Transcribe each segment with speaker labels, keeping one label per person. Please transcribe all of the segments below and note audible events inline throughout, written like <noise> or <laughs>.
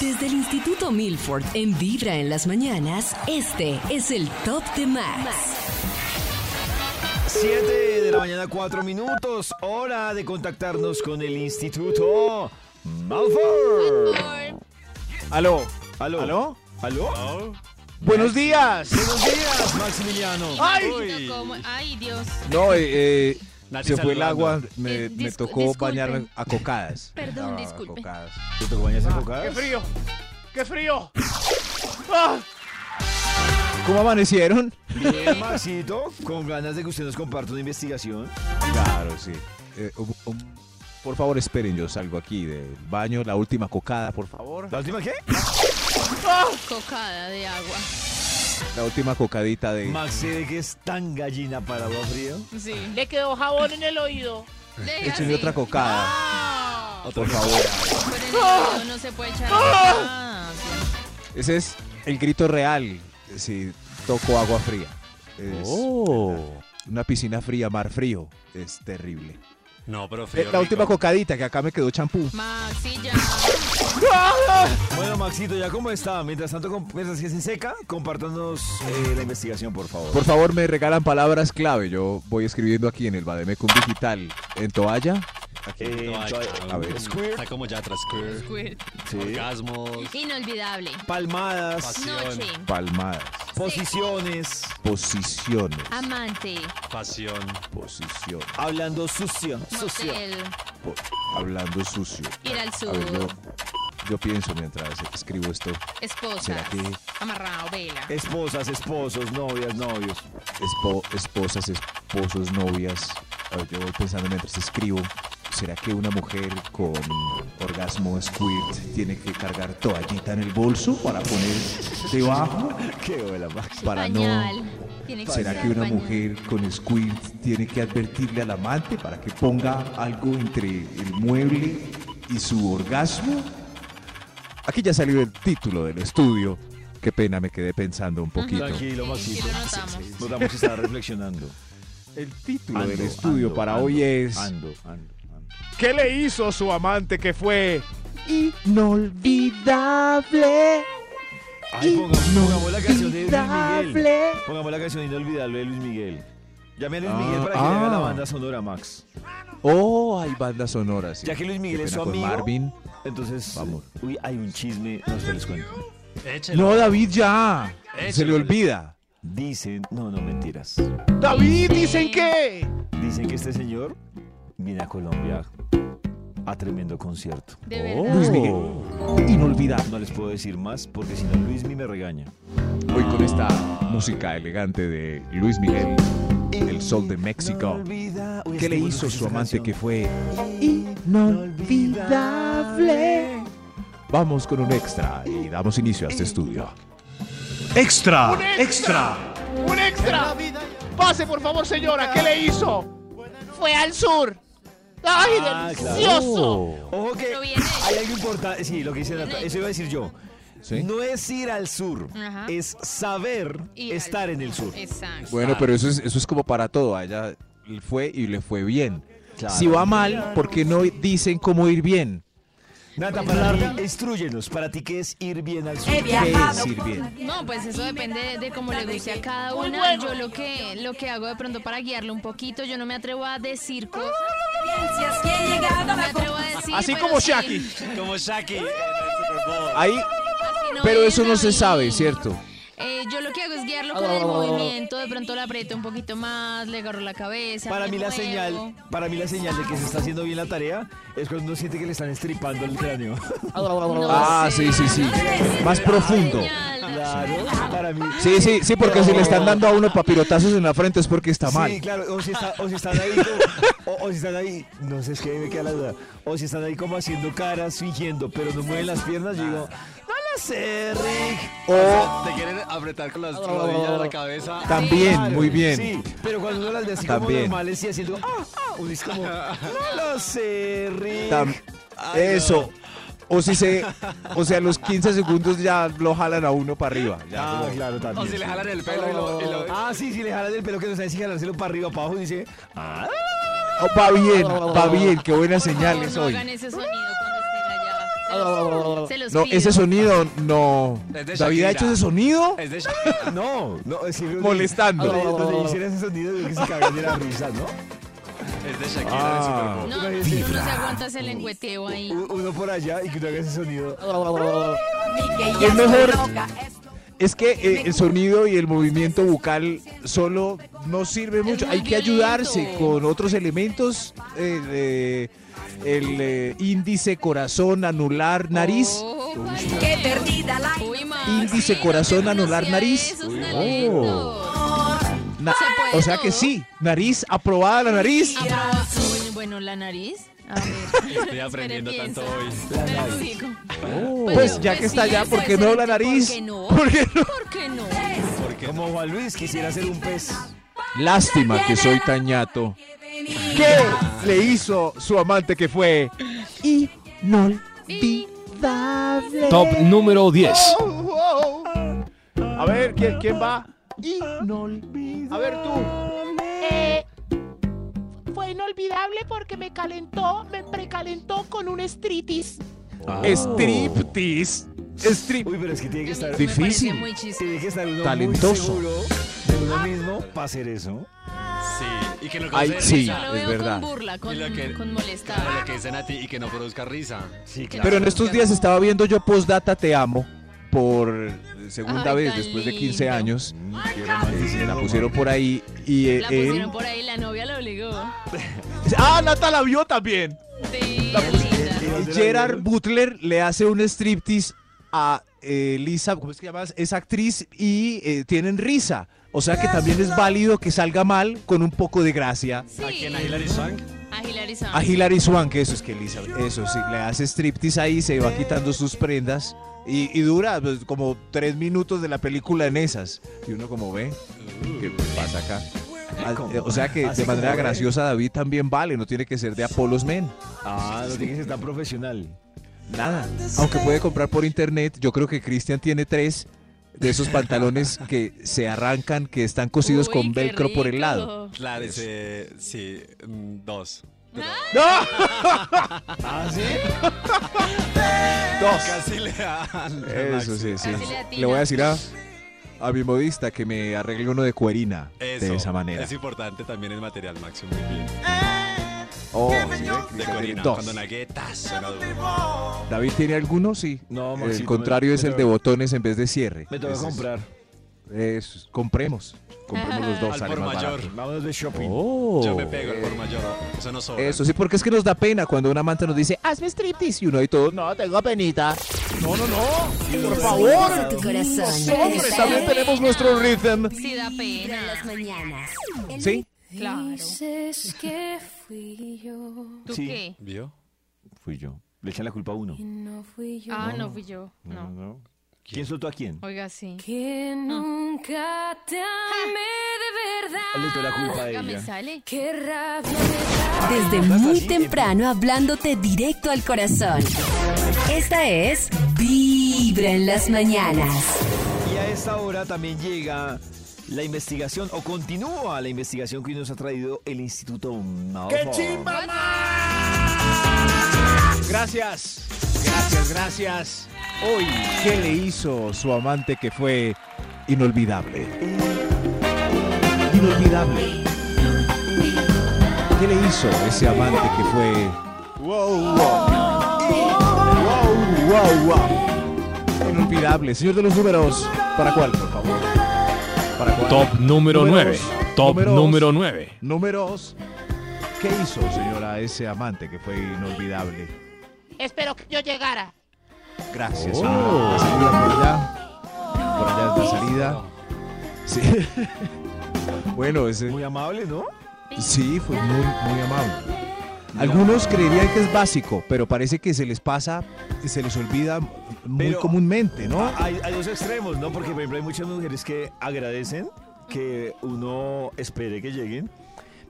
Speaker 1: Desde el Instituto Milford, en Vibra en las mañanas, este es el Top de Max.
Speaker 2: 7 de la mañana, 4 minutos. Hora de contactarnos con el Instituto Malfour.
Speaker 3: Aló.
Speaker 2: ¿Aló?
Speaker 3: ¿Aló?
Speaker 2: ¿Aló?
Speaker 3: Buenos días.
Speaker 2: Buenos días, Maximiliano.
Speaker 4: Uy, no, ¿cómo? Ay, Dios.
Speaker 3: No, eh, eh,
Speaker 2: Nati
Speaker 3: se fue el
Speaker 2: saludando.
Speaker 3: agua, me,
Speaker 4: Eh,
Speaker 3: me
Speaker 4: discu-
Speaker 3: tocó
Speaker 4: disculpen.
Speaker 3: bañarme a cocadas.
Speaker 4: Perdón,
Speaker 3: Ah, a
Speaker 4: disculpe.
Speaker 3: cocadas.
Speaker 2: ¿Te tocó
Speaker 3: Ah,
Speaker 2: bañarse en cocadas?
Speaker 5: frío! ¡Qué frío!
Speaker 3: ¿Cómo amanecieron?
Speaker 2: Bien, Maxito, con ganas de que usted nos comparta una investigación.
Speaker 3: Claro, sí. Eh, um, um, por favor, esperen, yo salgo aquí del baño, la última cocada, por favor.
Speaker 2: ¿La última qué?
Speaker 4: Cocada de agua.
Speaker 3: La última cocadita de...
Speaker 2: Maxi, ¿de qué es tan gallina para agua fría?
Speaker 4: Sí.
Speaker 5: Le quedó jabón en el oído.
Speaker 4: Deja
Speaker 3: Échenme
Speaker 4: así.
Speaker 3: Este otra cocada,
Speaker 4: Ah,
Speaker 3: por favor.
Speaker 4: Pero en el oído no se puede echar. Ah, bien.
Speaker 3: Ese es el grito real si toco agua fría. Es
Speaker 6: Oh.
Speaker 3: Una piscina fría, mar frío. Es terrible.
Speaker 6: No, pero
Speaker 3: Eh,
Speaker 6: frío.
Speaker 3: la última
Speaker 6: rico.
Speaker 3: cocadita, que acá me quedó champú.
Speaker 4: Maxi, ya.
Speaker 2: Bueno, Maxito, ¿ya cómo está? Mientras tanto, com- mientras que se seca, compártanos eh, la investigación, por favor.
Speaker 3: Por favor, me regalan palabras clave. Yo voy escribiendo aquí en el Bademecum Digital. En toalla.
Speaker 2: Eh,
Speaker 6: No, ay,
Speaker 2: enjoy-
Speaker 3: a ver.
Speaker 2: Squirt,
Speaker 6: Está como ya tras queer.
Speaker 2: sí.
Speaker 6: Orgasmos.
Speaker 4: Inolvidable.
Speaker 2: palmadas,
Speaker 6: Pasión.
Speaker 4: Noche.
Speaker 3: Palmadas.
Speaker 2: posiciones,
Speaker 3: Posiciones.
Speaker 4: Amante.
Speaker 6: Pasión.
Speaker 3: Posición.
Speaker 2: hablando sucio, sucio.
Speaker 4: Motel.
Speaker 3: po- hablando sucio.
Speaker 4: Ir al
Speaker 3: A ver, yo,
Speaker 4: sur.
Speaker 3: yo pienso mientras escribo esto.
Speaker 4: Esposa.
Speaker 3: ¿Será que
Speaker 4: Amarrado, vela.
Speaker 2: Esposas, esposos, novias, novios.
Speaker 3: espo- esposas, esposos, novias? A ver, yo voy pensando mientras escribo. ¿Será que una mujer con orgasmo squirt tiene que cargar toallita en el bolso para poner debajo?
Speaker 2: <laughs> Qué hola, Max.
Speaker 3: Para
Speaker 4: Pañal.
Speaker 3: no
Speaker 4: Tiene
Speaker 3: ¿Será
Speaker 4: usar
Speaker 3: que una
Speaker 4: pañal.
Speaker 3: mujer con squirt tiene que advertirle al amante para que ponga algo entre el mueble y su orgasmo? Aquí ya salió el título del estudio. Qué pena, me quedé pensando un poquito.
Speaker 2: Tranquilo,
Speaker 4: Sí,
Speaker 2: Maxito.
Speaker 4: lo notamos.
Speaker 2: Notamos que estaba reflexionando.
Speaker 3: El título
Speaker 2: Ando,
Speaker 3: del estudio
Speaker 2: ando,
Speaker 3: para
Speaker 2: ando,
Speaker 3: hoy es
Speaker 2: Ando, ando, ando.
Speaker 5: ¿Qué le hizo su amante que fue?
Speaker 3: Inolvidable.
Speaker 2: Ay, pongamos, pongamos la canción de Luis Miguel. Pongamos la canción inolvidable de Luis Miguel. Llame a Luis
Speaker 3: Ah,
Speaker 2: Miguel para que le haga la banda sonora, Max.
Speaker 3: Oh, hay bandas sonoras. sí.
Speaker 2: Ya que Luis Miguel
Speaker 3: Qué
Speaker 2: es
Speaker 3: pena
Speaker 2: su
Speaker 3: con
Speaker 2: amigo.
Speaker 3: Marvin.
Speaker 2: Entonces,
Speaker 3: Vamos.
Speaker 2: uy, hay un chisme, no se les cuento.
Speaker 6: Échelo.
Speaker 3: No, David, ya. Se le
Speaker 6: Échelo.
Speaker 3: olvida.
Speaker 2: Dicen, no, no, mentiras.
Speaker 5: ¡David, dicen que!
Speaker 2: Dicen que este señor viene a Colombia a tremendo concierto. Ah,
Speaker 4: De
Speaker 3: Oh.
Speaker 4: verdad.
Speaker 3: Luis Miguel. Inolvidable.
Speaker 2: No les puedo decir más porque si no, Luis me regaña.
Speaker 3: Hoy con esta música elegante de Luis Miguel, El Sol de México. ¿Qué le hizo su amante que fue inolvidable? Vamos con un extra y damos inicio a este estudio.
Speaker 5: ¡Un extra! ¡Un extra! Pase, por favor, señora, ¿qué le hizo? Fue al sur. ¡Ay,
Speaker 2: Ah, claro.
Speaker 5: delicioso!
Speaker 2: Ojo que
Speaker 4: Pero bien hecho.
Speaker 2: hay algo importante. Sí, lo que dice Nata, eso iba a decir yo.
Speaker 3: ¿Sí?
Speaker 2: No es ir al sur,
Speaker 4: Ajá.
Speaker 2: es saber
Speaker 4: Y al- Eh,
Speaker 2: estar en el sur.
Speaker 4: Exacto.
Speaker 3: Bueno, pero eso es, eso es como para todo. A ella le fue y le fue bien.
Speaker 2: Claro.
Speaker 3: Si va mal, ¿por qué no dicen cómo ir bien?
Speaker 2: Nata,
Speaker 4: pues,
Speaker 2: para ti, instruyenos. Para ti, ¿qué es ir bien al sur?
Speaker 3: ¿Qué es ir bien?
Speaker 4: No, pues eso depende de- de cómo le guste a cada una. Yo lo que, lo que hago de pronto para guiarlo un poquito, yo no me atrevo a decir cosas. No me atrevo a decir,
Speaker 5: Así
Speaker 4: pero
Speaker 5: como
Speaker 4: sí.
Speaker 5: Shaki.
Speaker 3: <laughs>
Speaker 6: Como Shaki en el Super Bowl.
Speaker 3: Ahí,
Speaker 4: Así
Speaker 3: pero
Speaker 4: es,
Speaker 3: eso no se
Speaker 4: David.
Speaker 3: sabe, ¿cierto?
Speaker 4: Eh, yo lo que hago es guiarlo con el movimiento, de pronto la aprieto un poquito más, le agarro la cabeza.
Speaker 2: Para
Speaker 4: me
Speaker 2: mí la
Speaker 4: muevo.
Speaker 2: señal, para mí la señal de que se está haciendo bien la tarea es cuando uno siente que le están estripando el cráneo. <laughs>
Speaker 4: No
Speaker 3: Ah,
Speaker 4: sé.
Speaker 3: sí, sí, sí. Más profundo.
Speaker 4: Señal.
Speaker 2: Claro, para mí.
Speaker 3: Sí, sí, sí, porque si le están dando a uno papirotazos en la frente es porque está mal.
Speaker 2: Sí, claro, o si, está- o si están ahí, como- o, o si están ahí, no sé, es que ahí me queda la duda, o si están ahí como haciendo caras, fingiendo, pero no mueven las piernas, yo digo, no hacer, Rick?
Speaker 3: O
Speaker 6: Te quieren apretar con las rodillas de la cabeza.
Speaker 3: también, muy bien.
Speaker 2: Sí, pero cuando uno las ve así como
Speaker 3: También.
Speaker 2: normales y haciendo, ah, ah, uno es como, no lo sé, Rick.
Speaker 3: Tam- eso. O si se, o sea, a los 15 segundos ya lo jalan a uno para arriba. ya
Speaker 2: Ah,
Speaker 3: como-
Speaker 2: claro, también.
Speaker 6: O si le jalan el pelo y lo. y lo-
Speaker 2: Ah, sí, si le jalan el pelo que no sabe si jalárselo para arriba o para abajo, dice, ah,
Speaker 3: Oh, va bien, va bien, qué buenas señales
Speaker 4: no
Speaker 3: hoy.
Speaker 4: hagan ese sonido cuando estén allá. Se los, se
Speaker 3: No,
Speaker 4: los pido.
Speaker 3: ese sonido no.
Speaker 6: Es de
Speaker 3: David
Speaker 6: Shakira.
Speaker 3: ha hecho ese sonido
Speaker 6: Ah, Es de Shakira.
Speaker 2: no, no, es decir,
Speaker 3: Molestando.
Speaker 2: Donde, donde Ah, hiciera ese sonido de que se cagan de la risa, ¿no?
Speaker 6: Es de
Speaker 3: Ah.
Speaker 6: Shakira del Super Bowl.
Speaker 4: No, no, si uno no se aguanta ese lengüeteo ahí.
Speaker 2: U- Uno por allá y que uno haga ese sonido.
Speaker 3: Es mejor. Es que eh, el sonido y el movimiento bucal solo no sirve mucho.
Speaker 4: muy
Speaker 3: Hay que
Speaker 4: violento.
Speaker 3: ayudarse con otros elementos. El, eh, el, eh, índice, corazón, anular, nariz.
Speaker 4: Oh,
Speaker 7: Qué perdida la
Speaker 4: Uy, Maxi,
Speaker 3: Índice, corazón,
Speaker 4: yo
Speaker 3: anular,
Speaker 4: renuncié a
Speaker 3: nariz. Oh.
Speaker 4: esos
Speaker 3: Uy,
Speaker 4: talentos.
Speaker 3: Na-
Speaker 4: Oh, ¿Se puede
Speaker 3: o sea que
Speaker 4: todo?
Speaker 3: sí, nariz, aprobada la nariz.
Speaker 4: Ah, bueno, Bueno, la nariz. A ver.
Speaker 6: <laughs> Estoy aprendiendo
Speaker 4: Espera,
Speaker 6: tanto
Speaker 4: pienso.
Speaker 6: hoy.
Speaker 4: Espera, sigo.
Speaker 3: Pues ya que está
Speaker 4: sí,
Speaker 3: allá,
Speaker 4: eso
Speaker 3: ¿por qué
Speaker 4: es
Speaker 3: no la
Speaker 4: cierto,
Speaker 3: nariz?
Speaker 4: ¿Por qué no?
Speaker 3: ¿Por qué no?
Speaker 4: ¿Por qué no?
Speaker 2: Como Juan Luis quisiera ser un pez.
Speaker 3: Lástima que soy tañato. ¿Qué le hizo su amante que fue inolvidable?
Speaker 8: Top número 10.
Speaker 3: Oh,
Speaker 5: A ver, ¿quién, quién va?
Speaker 3: Inolvidable.
Speaker 5: A ver tú.
Speaker 9: Eh, fue inolvidable porque me calentó, me precalentó con un estritis.
Speaker 4: Oh.
Speaker 3: Striptease. Strip.
Speaker 2: Uy, pero es que tiene que
Speaker 4: A mí
Speaker 2: estar,
Speaker 4: me
Speaker 3: Difícil.
Speaker 4: parece Muy chistoso.
Speaker 2: tiene que estar uno muy
Speaker 3: Talentoso.
Speaker 2: seguro de uno mismo para hacer eso.
Speaker 6: Sí. Y que no
Speaker 3: Ay,
Speaker 6: cause
Speaker 3: sí.
Speaker 4: Yo
Speaker 6: risa.
Speaker 4: lo
Speaker 3: es
Speaker 4: veo
Speaker 3: verdad.
Speaker 4: con burla, con,
Speaker 6: Y lo que-
Speaker 4: con
Speaker 6: Lo
Speaker 4: molestar.
Speaker 6: que dicen a ti y que no produzca risa.
Speaker 2: Sí,
Speaker 4: Que no
Speaker 3: Pero en estos días estaba viendo yo Postdata Te Amo por segunda
Speaker 4: Ay,
Speaker 3: vez
Speaker 4: tan
Speaker 3: después de 15
Speaker 4: lindo.
Speaker 3: años. Eh, la pusieron por ahí y eh,
Speaker 4: La
Speaker 3: él.
Speaker 4: pusieron por ahí, la novia lo obligó.
Speaker 3: Ah, Nata la vio también.
Speaker 4: Sí, linda.
Speaker 3: Y Gerard Butler le hace un striptease a eh, Lisa, ¿cómo es que llamas? Es actriz y eh, tienen risa. O sea que también es válido que salga mal con un poco de gracia.
Speaker 4: Sí.
Speaker 6: ¿A quién? ¿A Hilary Swank?
Speaker 4: A Hilary Swank.
Speaker 3: A Hilary Swank, eso es que Lisa, eso sí, le hace striptease ahí, se va quitando sus prendas y, y dura pues, como tres minutos de la película en esas. Y uno como ve, ¿qué pasa acá? Ah, eh, O sea que
Speaker 2: Así
Speaker 3: de
Speaker 2: como
Speaker 3: manera
Speaker 2: ve.
Speaker 3: graciosa David también vale, no tiene que ser de Apolos Men.
Speaker 2: Ah, no tiene que ser tan profesional.
Speaker 3: Nada. Aunque puede comprar por internet, yo creo que Cristian tiene tres de esos pantalones que se arrancan, que están cosidos
Speaker 4: Uy,
Speaker 3: con
Speaker 4: qué
Speaker 3: velcro por el lado.
Speaker 4: rico.
Speaker 6: Claro, ese- sí. mm, Dos.
Speaker 3: <laughs> ¿Ah,
Speaker 6: <laughs>
Speaker 3: Dos.
Speaker 6: Casi le dan.
Speaker 3: Eso sí, sí.
Speaker 4: Casi le atina.
Speaker 3: Le voy a decir a, a mi modista que me arregle uno de cuerina
Speaker 6: Eso,
Speaker 3: de esa manera.
Speaker 6: Es importante también el material, máximo. Muy bien.
Speaker 3: Oh, sí, ve,
Speaker 6: De
Speaker 3: Cristian tiene
Speaker 6: Corina.
Speaker 3: dos.
Speaker 6: Cuando naguetas suena duro.
Speaker 3: David tiene alguno, sí.
Speaker 2: No, Maxito,
Speaker 3: El
Speaker 2: me-
Speaker 3: contrario
Speaker 2: me
Speaker 3: es el
Speaker 2: tengo-
Speaker 3: de botones en vez de cierre.
Speaker 2: Me tengo que
Speaker 3: Ese es-
Speaker 2: comprar.
Speaker 3: eso es, compremos. Compremos los dos.
Speaker 6: Al
Speaker 3: sale
Speaker 6: por
Speaker 3: más
Speaker 6: mayor.
Speaker 3: barato.
Speaker 2: Vámonos de shopping.
Speaker 3: Oh.
Speaker 6: Yo me pego al por mayor. Eso no sobra.
Speaker 3: Eso sí, porque es que nos da pena cuando una amante nos dice, hazme striptease, y uno ahí todo, no, tengo penita.
Speaker 1: Por
Speaker 5: favor.
Speaker 1: Tu corazón.
Speaker 3: Hombre, también tenemos nuestro rhythm.
Speaker 4: Sí, da
Speaker 7: vibra en las
Speaker 4: pena.
Speaker 7: mañanas.
Speaker 3: ¿Sí?
Speaker 4: Claro.
Speaker 7: Dices que fui yo
Speaker 4: ¿Tú
Speaker 2: Sí.
Speaker 4: qué?
Speaker 6: ¿Vio?
Speaker 2: Fui yo. Le echan la culpa a uno.
Speaker 7: y no fui yo
Speaker 4: Ah, no fui yo. No.
Speaker 2: ¿Quién soltó a quién?
Speaker 4: Oiga, sí.
Speaker 7: que nunca te amé de
Speaker 2: ¿Quién
Speaker 7: verdad.
Speaker 2: soltó la culpa a
Speaker 4: Oiga, me
Speaker 2: ella?
Speaker 4: sale.
Speaker 7: Qué rabia me da.
Speaker 1: Desde muy temprano hablándote directo al corazón. Esta es Vibra en las mañanas.
Speaker 2: Y a esta hora también llega la investigación, o continúa la investigación que hoy nos ha traído el Instituto ¡Qué chimba!
Speaker 3: Gracias. Gracias, gracias. Hoy, ¿qué le hizo su amante que fue inolvidable? Inolvidable. ¿Qué le hizo ese amante que fue... Wow, wow. Wow, wow, wow. Inolvidable. Señor de los números, ¿para cuál, por favor? ¿Para cuál?
Speaker 8: Top número 9.
Speaker 3: Números,
Speaker 8: Top
Speaker 3: números.
Speaker 8: número 9.
Speaker 3: Números. ¿Qué hizo, señora, ese amante que fue inolvidable?
Speaker 9: Espero que yo llegara.
Speaker 8: Oh.
Speaker 3: Gracias. La salida por allá. Por allá es la salida. Sí. <laughs> bueno, ese
Speaker 2: Muy amable, ¿no?
Speaker 3: sí fue muy, muy amable. Algunos creerían que es básico, pero parece que se les pasa, se les olvida muy
Speaker 2: Pero-
Speaker 3: comúnmente, ¿no?
Speaker 2: Ah, Hay, hay dos extremos, ¿no? Porque, por ejemplo, hay muchas mujeres que agradecen que uno espere que lleguen,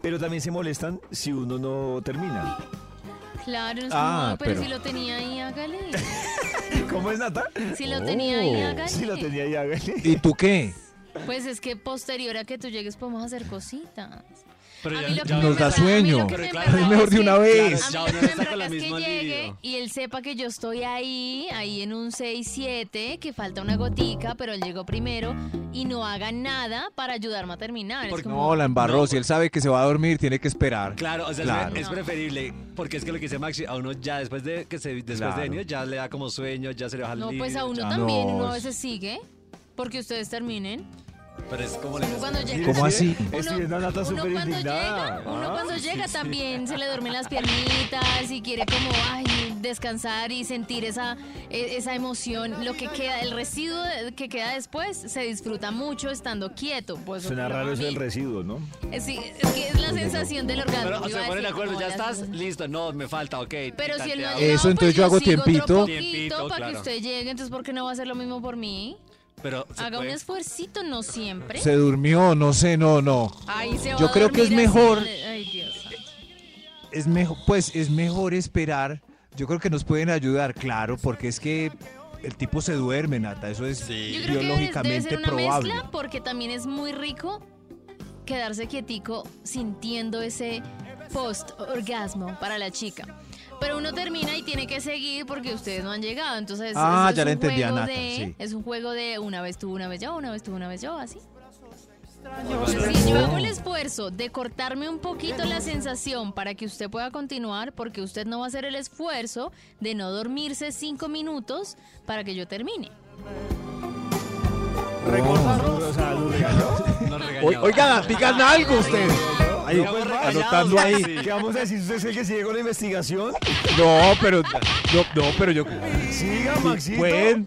Speaker 2: pero también se molestan si uno no termina. <laughs>
Speaker 4: Claro, no,
Speaker 3: Ah,
Speaker 4: pero,
Speaker 3: pero-
Speaker 4: si lo tenía ahí, hágale.
Speaker 2: ¿Cómo es, Nata?
Speaker 4: Si lo tenía ahí, hágale.
Speaker 2: Sí, lo tenía ya, Gali.
Speaker 3: ¿Y tú qué?
Speaker 4: Pues es que posterior a que tú llegues podemos hacer cositas.
Speaker 6: Pero
Speaker 4: A
Speaker 6: ya,
Speaker 4: mí lo
Speaker 6: ya
Speaker 4: que
Speaker 3: Nos
Speaker 4: me
Speaker 3: da
Speaker 4: embarraca-
Speaker 3: sueño.
Speaker 4: a mí lo que
Speaker 6: Pero
Speaker 4: me
Speaker 6: claro,
Speaker 3: es
Speaker 4: embarraca es
Speaker 3: mejor de
Speaker 4: que-
Speaker 3: una vez.
Speaker 4: a mí
Speaker 6: Ya
Speaker 4: lo
Speaker 6: uno
Speaker 4: que me
Speaker 6: está con
Speaker 4: embarraca
Speaker 6: la
Speaker 4: es que
Speaker 6: misma
Speaker 4: llegue
Speaker 6: libido.
Speaker 4: y él sepa que yo estoy ahí, ahí en un 6-7, que falta una gotica, pero él llegó primero y no haga nada para ayudarme a terminar. Es
Speaker 6: Porque-
Speaker 4: como-
Speaker 3: No, la embarró.
Speaker 6: No.
Speaker 3: Si él sabe que se va a dormir, tiene que esperar.
Speaker 6: Claro, o sea, es-
Speaker 3: Claro.
Speaker 6: es preferible, porque es que lo que dice Maxi, a uno ya después de que se después
Speaker 3: Claro.
Speaker 6: de venir ya le da como sueño, ya se le baja el
Speaker 4: No,
Speaker 6: libido,
Speaker 4: pues a uno
Speaker 6: ya.
Speaker 4: también,
Speaker 3: No,
Speaker 4: uno a
Speaker 3: es-
Speaker 4: veces sigue. Porque ustedes terminen.
Speaker 6: Pero es como le
Speaker 4: Uno cuando llega.
Speaker 3: ¿Cómo así?
Speaker 2: Estoy viendo a Nata
Speaker 4: uno
Speaker 2: súper
Speaker 4: cuando
Speaker 2: indignada.
Speaker 4: llega, uno
Speaker 2: Ah,
Speaker 4: cuando llega también se le duermen las piernitas y quiere como ay, descansar y sentir esa, e- esa emoción. Lo que queda, el residuo de- que queda después se disfruta mucho estando quieto. Pues,
Speaker 2: Suena raro eso del
Speaker 4: residuo.
Speaker 2: residuo, ¿no?
Speaker 4: Sí, es que es la sensación del orgasmo.
Speaker 6: Pero
Speaker 4: iba
Speaker 6: se
Speaker 4: a
Speaker 6: ponen
Speaker 4: decir,
Speaker 6: de acuerdo,
Speaker 4: como
Speaker 6: ya
Speaker 4: la
Speaker 6: estás,
Speaker 4: sensación.
Speaker 6: listo, no, me falta, ok.
Speaker 4: Pero si él no ha
Speaker 6: tantea.
Speaker 4: llegado,
Speaker 3: Eso, entonces yo hago
Speaker 4: sigo otro
Speaker 3: tiempito.
Speaker 4: poquito
Speaker 6: Tiempito,
Speaker 4: para que
Speaker 6: claro.
Speaker 4: usted llegue, entonces ¿por qué no va a hacer lo mismo por mí?
Speaker 6: Pero se
Speaker 4: Haga un
Speaker 6: puede-
Speaker 4: esfuercito, no siempre.
Speaker 3: Se durmió, no sé, no, no.
Speaker 4: Ahí se va
Speaker 3: Yo
Speaker 4: a
Speaker 3: creo que es
Speaker 4: dormir así.
Speaker 3: mejor-
Speaker 4: Ay, Dios santo.
Speaker 3: Es mejor, pues es mejor esperar. Yo creo que nos pueden ayudar, claro, porque es que el tipo se duerme, Nata. Eso es
Speaker 4: Yo creo que
Speaker 6: Sí.
Speaker 4: debe- debe
Speaker 3: biológicamente
Speaker 4: ser una
Speaker 3: probable.
Speaker 4: mezcla porque también es muy rico quedarse quietico sintiendo ese post orgasmo para la chica. Pero uno termina y tiene que seguir porque ustedes no han llegado. Entonces,
Speaker 3: Ah, ya
Speaker 4: eso es
Speaker 3: la
Speaker 4: un
Speaker 3: entendí a
Speaker 4: juego
Speaker 3: Nata,
Speaker 4: de-
Speaker 3: sí.
Speaker 4: Es un juego de una vez tú, una vez yo, una vez tú, una vez yo, así.
Speaker 6: Claro.
Speaker 4: Si yo hago el esfuerzo de cortarme un poquito la sensación para que usted pueda continuar, porque usted no va a hacer el esfuerzo de no dormirse cinco minutos para que yo termine.
Speaker 2: O sea, lo regaló.
Speaker 6: Nos regañaba.
Speaker 3: Oi- Oiga, digan algo ustedes. Ahí,
Speaker 2: pues,
Speaker 6: Estamos regañados,
Speaker 3: anotando ahí.
Speaker 6: sí.
Speaker 2: ¿Qué vamos a decir? ¿Usted es el que sigue con la investigación?
Speaker 3: No, pero no, no, pero yo
Speaker 2: Siga, Maxito.
Speaker 3: pueden
Speaker 6: Quedamos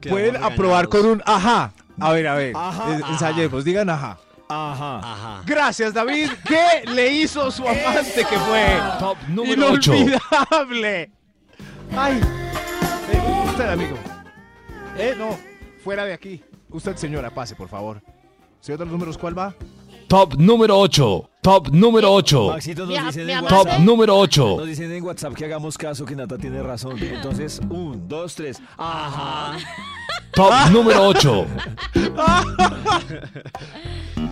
Speaker 3: pueden
Speaker 6: regañados.
Speaker 3: aprobar con un ajá. A ver, a ver.
Speaker 2: Ajá,
Speaker 3: en-
Speaker 2: ajá.
Speaker 3: Ensayemos, digan ajá.
Speaker 2: Ajá.
Speaker 6: Ajá.
Speaker 5: Gracias, David. ¿Qué le hizo su amante que fue
Speaker 3: Top
Speaker 5: inolvidable? Ay, eh, usted, amigo. Eh, no, fuera de aquí. Usted, señora, pase, por favor. Señor de los números, ¿cuál va?
Speaker 8: Top número 8. Top número 8.
Speaker 2: Maxito
Speaker 9: Mi
Speaker 2: nos
Speaker 9: a-
Speaker 2: dicen
Speaker 9: mi
Speaker 2: en
Speaker 9: amante.
Speaker 8: Oh. Top
Speaker 2: WhatsApp.
Speaker 8: número 8.
Speaker 2: Nos dicen en WhatsApp que hagamos caso que Nata tiene razón. Entonces, un, dos, tres. Ajá. Ah,
Speaker 8: Top número 8.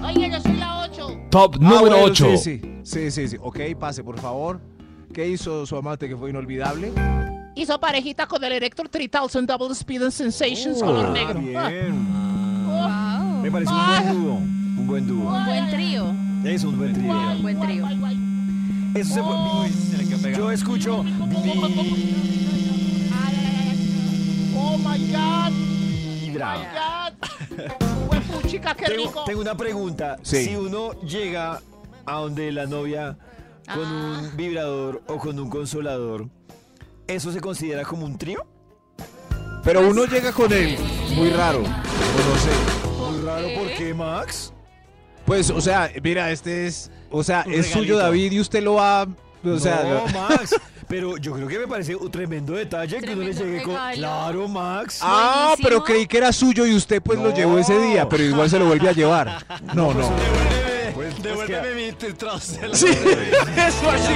Speaker 9: Oiga, yo soy la 8.
Speaker 8: Top número 8.
Speaker 3: Ah, Sí, sí, sí, sí, sí. Ok, pase, por favor. ¿Qué hizo su amante que fue inolvidable?
Speaker 9: Hizo parejita con el Erector 3000 Double Speed and Sensations color negro.
Speaker 2: Ah, bien. Ah. Me parece un buen dúo. Un buen dúo.
Speaker 4: Buen trío.
Speaker 2: Es un buen trío.
Speaker 4: Buen trío.
Speaker 2: Eso se puede. Yo escucho.
Speaker 9: Oh my god,
Speaker 2: Vibra.
Speaker 9: Fue puchica, qué
Speaker 2: Tengo,
Speaker 9: rico.
Speaker 2: tengo una pregunta.
Speaker 3: Sí.
Speaker 2: Si uno llega a donde la novia con un vibrador o con un consolador, ¿eso se considera como un trío?
Speaker 3: Pero uno llega con él. Muy raro. O no sé.
Speaker 2: Muy raro, ¿por qué, Max?
Speaker 3: Pues, o sea, mira, este es. O sea,
Speaker 6: Un
Speaker 3: es suyo,
Speaker 6: regalito.
Speaker 3: David, y usted lo va. O sea,
Speaker 2: no,
Speaker 3: <laughs>
Speaker 2: Max. Pero yo creo que me parece un tremendo detalle que uno le
Speaker 4: Tremendo
Speaker 2: llegue con.
Speaker 4: regalo.
Speaker 2: Claro, Max.
Speaker 3: Ah,
Speaker 4: Buenísimo.
Speaker 3: pero creí que era suyo y usted pues lo
Speaker 2: No.
Speaker 3: llevó ese día, pero igual se lo vuelve a llevar. No, no.
Speaker 6: Devuélveme,
Speaker 2: Pues,
Speaker 6: devuélveme mi t- trozo.
Speaker 5: Eso así.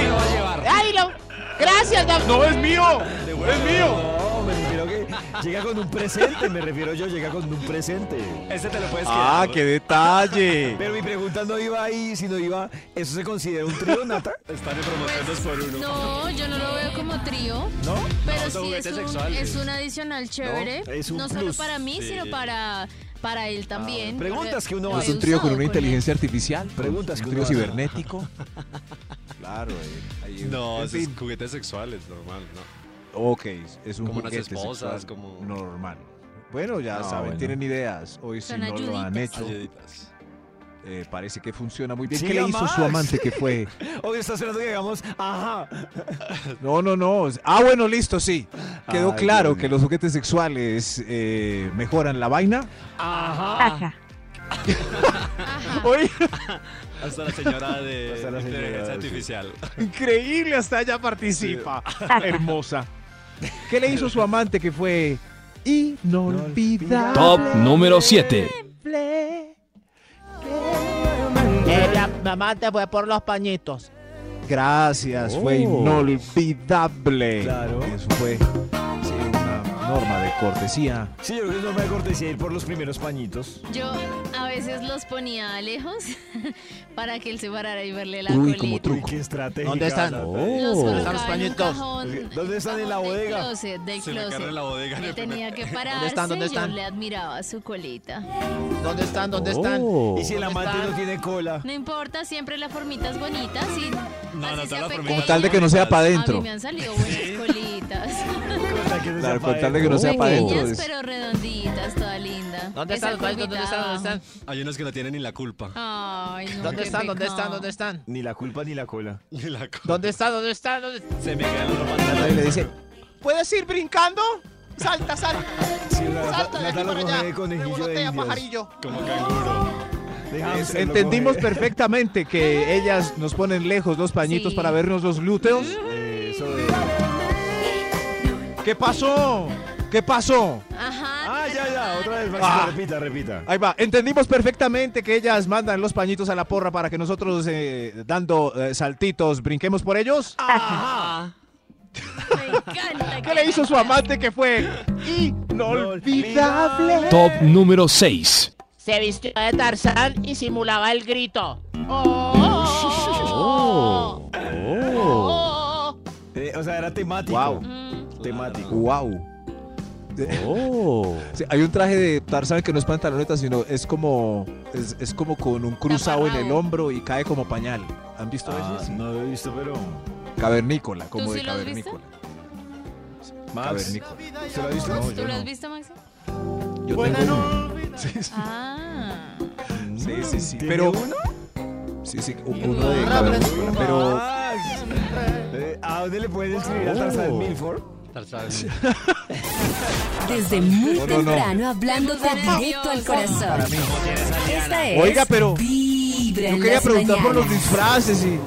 Speaker 9: Ay, lo- Gracias, David.
Speaker 5: No es mío. Es mío.
Speaker 2: No, me refiero que llega con un presente, me refiero yo, llega con un presente.
Speaker 6: Ese te lo puedes
Speaker 3: Ah,
Speaker 6: quedar.
Speaker 3: qué detalle.
Speaker 2: Pero mi pregunta no iba ahí, sino iba, ¿eso se considera un trío,
Speaker 3: <laughs>
Speaker 2: Nata?
Speaker 6: Están en promoción dos por uno.
Speaker 4: Pues, No, yo no lo veo como trío.
Speaker 2: ¿No?
Speaker 4: Pero
Speaker 6: son
Speaker 4: sí es
Speaker 6: juguetes
Speaker 4: un,
Speaker 6: sexuales.
Speaker 4: es un adicional chévere. No,
Speaker 2: es un
Speaker 4: solo
Speaker 2: plus.
Speaker 4: para mí, sino para, para él también.
Speaker 2: bueno. Preguntas
Speaker 4: porque
Speaker 2: que uno
Speaker 4: lo
Speaker 2: hace.
Speaker 3: Es
Speaker 4: he
Speaker 3: un trío con
Speaker 4: usado
Speaker 3: una
Speaker 4: él.
Speaker 3: inteligencia artificial.
Speaker 2: Preguntas
Speaker 3: Un
Speaker 2: que
Speaker 3: trío
Speaker 2: uno hace.
Speaker 3: cibernético. Claro, eh, ahí-
Speaker 6: No,
Speaker 3: en
Speaker 6: eso es
Speaker 3: fin.
Speaker 6: juguetes sexuales, normal, ¿no?
Speaker 3: Ok, es un
Speaker 6: Como unas
Speaker 3: juguete
Speaker 6: esposas,
Speaker 3: sexual
Speaker 6: como-
Speaker 3: normal. Bueno, ya
Speaker 2: No,
Speaker 3: saben,
Speaker 8: Ah,
Speaker 2: bueno.
Speaker 3: tienen ideas. Hoy si
Speaker 4: Son
Speaker 3: no lo han
Speaker 4: ayuditas.
Speaker 3: hecho,
Speaker 6: Ayuditas.
Speaker 3: eh, parece que funciona muy bien.
Speaker 2: Ah, Sí,
Speaker 3: ¿Qué le hizo
Speaker 2: Max.
Speaker 3: su amante que fue?
Speaker 2: Hoy está esperando que digamos, ajá.
Speaker 3: No, no, no. Ah, bueno, listo, sí. Quedó
Speaker 2: Ay,
Speaker 3: claro
Speaker 2: Dios
Speaker 3: que
Speaker 2: mío.
Speaker 3: los juguetes sexuales eh, mejoran la vaina.
Speaker 2: Ajá. <laughs>
Speaker 4: señora.
Speaker 5: Oye,
Speaker 6: Hasta la señora de
Speaker 2: Hasta la señora,
Speaker 6: de inteligencia
Speaker 2: sí.
Speaker 6: artificial.
Speaker 5: increíble, hasta ella participa. Hermosa.
Speaker 3: ¿Qué le hizo su amante que fue inolvidable?
Speaker 8: Top número 7.
Speaker 9: Ella, mamá, te fue por los pañitos.
Speaker 3: Gracias, fue inolvidable.
Speaker 2: Claro.
Speaker 3: Eh, Eso fue sí, una norma de cortesía.
Speaker 2: Sí, yo creo que es norma de cortesía ir por los primeros pañitos.
Speaker 4: Yo a veces los ponía lejos <laughs> para que él se parara y verle la
Speaker 3: Uy,
Speaker 4: colita.
Speaker 3: como
Speaker 2: Uy,
Speaker 3: truco.
Speaker 2: qué estrategia.
Speaker 9: ¿Dónde están?
Speaker 4: Los
Speaker 3: Oh.
Speaker 4: colocaba
Speaker 9: Los
Speaker 4: en un
Speaker 9: pañitos.
Speaker 4: cajón-
Speaker 2: Eh, ¿Dónde están en la
Speaker 4: cajón del
Speaker 2: bodega?
Speaker 4: closet, del
Speaker 6: Se me
Speaker 4: closet.
Speaker 6: agarra en la bodega. en
Speaker 4: Que
Speaker 6: el primer-
Speaker 4: tenía que pararse
Speaker 9: están? ¿Dónde están?
Speaker 4: yo le admiraba su colita.
Speaker 9: ¿Dónde están? ¿Dónde están?
Speaker 3: Oh.
Speaker 2: Y si el amante
Speaker 9: están?
Speaker 2: no tiene cola.
Speaker 4: No importa, siempre las formitas bonitas y
Speaker 6: no,
Speaker 4: así sea
Speaker 6: todas las
Speaker 4: pequeña.
Speaker 6: formitas
Speaker 3: Con tal de que no sea para
Speaker 4: A
Speaker 3: adentro.
Speaker 4: mí me han salido buenas colitas.
Speaker 3: <laughs> Claro, con tal de que no sea para adentro.
Speaker 4: Pequeñas pero redonditas, toda linda.
Speaker 9: ¿Dónde
Speaker 4: Esa
Speaker 9: están? ¿Dónde
Speaker 4: curvita
Speaker 9: están? ¿Dónde están?
Speaker 4: abajo.
Speaker 6: Hay unos que no tienen ni la culpa. <laughs>
Speaker 4: Ay, no,
Speaker 9: ¿Dónde
Speaker 4: qué
Speaker 9: están? ¿Dónde
Speaker 4: pecado.
Speaker 9: están? ¿Dónde están?
Speaker 2: Ni la culpa ni la cola.
Speaker 6: Ni la culpa.
Speaker 9: ¿Dónde están? ¿Dónde están? ¿Dónde están?
Speaker 6: Se me caen los pantalones.
Speaker 3: Y le dice,
Speaker 9: ¿Puedes ir brincando? Salta, salta.
Speaker 2: Sí, la-
Speaker 9: Salta de
Speaker 2: la-
Speaker 9: aquí
Speaker 2: la- lo
Speaker 9: para
Speaker 2: coge de
Speaker 9: allá.
Speaker 2: conejillo de
Speaker 9: Revolotea,
Speaker 2: indias.
Speaker 9: pajarillo.
Speaker 6: Como canguro.
Speaker 2: De
Speaker 3: Ah,
Speaker 2: hámster Ah, lo
Speaker 5: Entendimos
Speaker 2: coge.
Speaker 5: perfectamente que ellas nos ponen lejos los pañitos
Speaker 4: Sí.
Speaker 5: para vernos los glúteos.
Speaker 2: Eso de-
Speaker 5: ¿Qué pasó? ¿Qué pasó?
Speaker 4: Ajá.
Speaker 2: Ah, ya, ya, otra vez, Maxito,
Speaker 5: Ah.
Speaker 2: repita, repita.
Speaker 5: Ahí va. Entendimos perfectamente que ellas mandan los pañitos a la porra para que nosotros, eh, dando eh, saltitos, brinquemos por ellos.
Speaker 4: Me encanta.
Speaker 3: <laughs>
Speaker 5: ¿Qué le hizo su amante que fue inolvidable?
Speaker 8: Top número 6.
Speaker 9: Se vistió de Tarzán y simulaba el grito. <laughs>
Speaker 4: Oh.
Speaker 9: Oh.
Speaker 2: Eh, o sea, era temático.
Speaker 3: Wow.
Speaker 4: Mm,
Speaker 2: Temático.
Speaker 3: wow.
Speaker 8: Oh.
Speaker 3: <laughs> Sí, hay un traje de Tarzán que no es pantaloneta, sino es como es, es como con un cruzado en el
Speaker 4: Taparrabo.
Speaker 3: hombro y cae como pañal. ¿Han visto
Speaker 2: Ah,
Speaker 3: eso? Sí.
Speaker 2: no lo he visto, pero.
Speaker 3: Cavernícola, como
Speaker 4: ¿Tú
Speaker 3: de
Speaker 4: sí lo has
Speaker 3: cavernícola.
Speaker 2: Max,
Speaker 3: Cavernícola.
Speaker 2: ¿usted lo ha visto? No,
Speaker 4: ¿Tú
Speaker 2: yo
Speaker 4: lo has
Speaker 2: no.
Speaker 4: visto, Maxi?
Speaker 3: Yo tengo uno.
Speaker 4: Ah.
Speaker 3: Sí, sí, sí.
Speaker 2: ¿Tiene
Speaker 3: Pero
Speaker 2: uno?
Speaker 3: sí, sí, un- uno de cavernícola, pero
Speaker 2: Max. Eh, ¿A dónde le pueden escribir a
Speaker 3: Oh.
Speaker 2: Tarzan Milford?
Speaker 1: Desde muy
Speaker 3: No, no, no.
Speaker 1: temprano hablándote
Speaker 4: Nervioso.
Speaker 1: directo al corazón. Esta es
Speaker 5: Oiga, pero
Speaker 1: Vibra en
Speaker 5: yo quería
Speaker 1: las
Speaker 5: preguntar por los
Speaker 1: mañanas.
Speaker 5: disfraces y.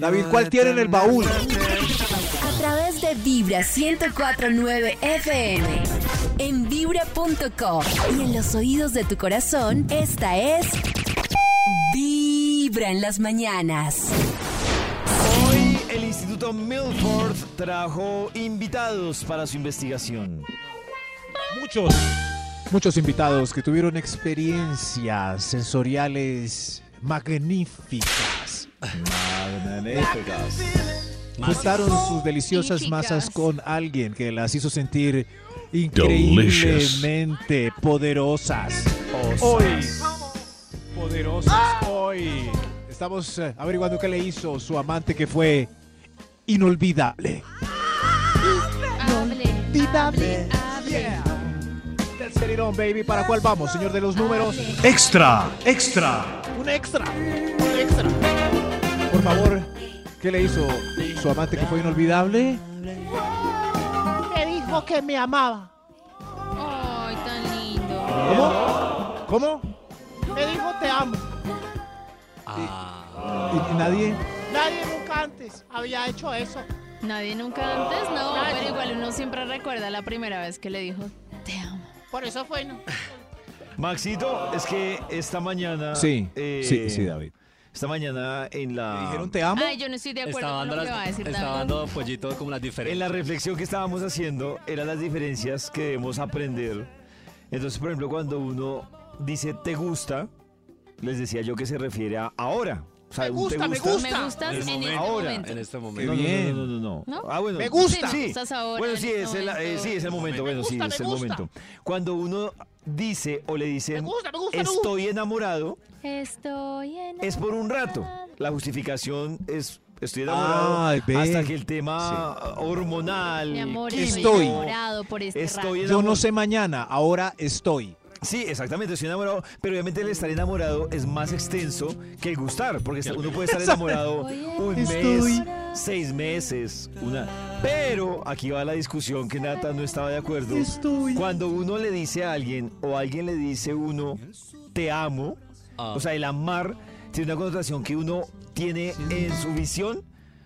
Speaker 3: David, ¿cuál tiene en el baúl?
Speaker 1: A través de Vibra 1049 FM. En vibra.com. Y en los oídos de tu corazón, esta es. Vibra en las mañanas.
Speaker 2: Hoy el Instituto Milford trajo invitados para su investigación.
Speaker 3: Muchos. Muchos invitados que tuvieron experiencias sensoriales magníficas. Juntaron sus deliciosas
Speaker 4: Magníficas.
Speaker 3: masas con alguien que las hizo sentir increíblemente poderosas.
Speaker 5: Hoy. Poderosas. Hoy.
Speaker 3: Estamos eh, averiguando qué le hizo su amante que fue inolvidable.
Speaker 4: Hable, hable, hable.
Speaker 5: Let's get it on, baby. ¿Para cuál vamos, señor de los números?
Speaker 8: Extra, extra.
Speaker 5: Un extra. Un extra. Por favor,
Speaker 3: ¿Qué le hizo su amante que fue inolvidable?
Speaker 9: Me dijo que me amaba.
Speaker 4: Ay, tan lindo.
Speaker 5: ¿cómo?
Speaker 9: Me dijo te amo.
Speaker 3: Y- y nadie.
Speaker 9: Nadie nunca antes había hecho eso.
Speaker 4: Nadie nunca antes, no, pero igual uno siempre recuerda la primera vez que le dijo, te amo.
Speaker 9: Por eso fue no.
Speaker 2: Maxito, es que esta mañana.
Speaker 3: Sí,
Speaker 2: eh,
Speaker 3: sí, sí, David.
Speaker 2: Esta mañana en la.
Speaker 3: Dijeron te amo.
Speaker 4: Ay, yo no estoy de acuerdo
Speaker 6: Estaba
Speaker 4: con
Speaker 6: dando,
Speaker 4: lo que va a
Speaker 6: las,
Speaker 4: decir
Speaker 6: estaba
Speaker 4: David.
Speaker 6: dando pollito como las
Speaker 2: En
Speaker 6: diferentes.
Speaker 2: la reflexión que estábamos haciendo eran las diferencias que debemos aprender. Entonces, por ejemplo, cuando uno dice te gusta, les decía yo que se refiere a ahora. O sea,
Speaker 9: Me
Speaker 2: un
Speaker 9: gusta, me
Speaker 4: Me
Speaker 9: gusta.
Speaker 4: gustas en,
Speaker 6: En el
Speaker 4: este
Speaker 6: momento.
Speaker 2: Ahora,
Speaker 4: momento.
Speaker 6: En este momento.
Speaker 2: No, no,
Speaker 3: bien.
Speaker 2: No, no, no, no.
Speaker 4: ¿no?
Speaker 2: Ah, bueno.
Speaker 9: Me gusta.
Speaker 2: Sí.
Speaker 4: Estás ahora,
Speaker 2: bueno,
Speaker 4: en
Speaker 2: sí,
Speaker 4: este
Speaker 2: es el, eh,
Speaker 4: momento.
Speaker 2: sí, es el momento.
Speaker 6: Me
Speaker 2: Bueno, sí,
Speaker 9: gusta,
Speaker 2: es
Speaker 9: me
Speaker 2: el
Speaker 9: gusta.
Speaker 2: momento. Cuando uno dice o le
Speaker 9: Me
Speaker 2: dicen
Speaker 9: gusta, me gusta, me gusta.
Speaker 2: estoy enamorado,
Speaker 4: Estoy en
Speaker 2: es por un rato. La justificación es estoy enamorado
Speaker 3: Ay, ve.
Speaker 2: hasta que el tema hormonal.
Speaker 4: mi amor,
Speaker 2: químico,
Speaker 4: estoy
Speaker 3: Estoy.
Speaker 4: enamorado por este
Speaker 2: Estoy
Speaker 4: rato.
Speaker 3: Yo no sé mañana, ahora estoy.
Speaker 2: Sí, exactamente, estoy enamorado, pero obviamente el estar enamorado es más extenso que el gustar, porque uno puede estar enamorado
Speaker 5: <laughs>
Speaker 2: un mes,
Speaker 3: Estoy-
Speaker 2: seis meses, una... Pero aquí va la discusión que Nata no estaba de acuerdo.
Speaker 3: Estoy-
Speaker 2: Cuando uno le dice a alguien o alguien le dice a uno, te amo, O sea, el amar tiene una connotación que uno tiene en su visión,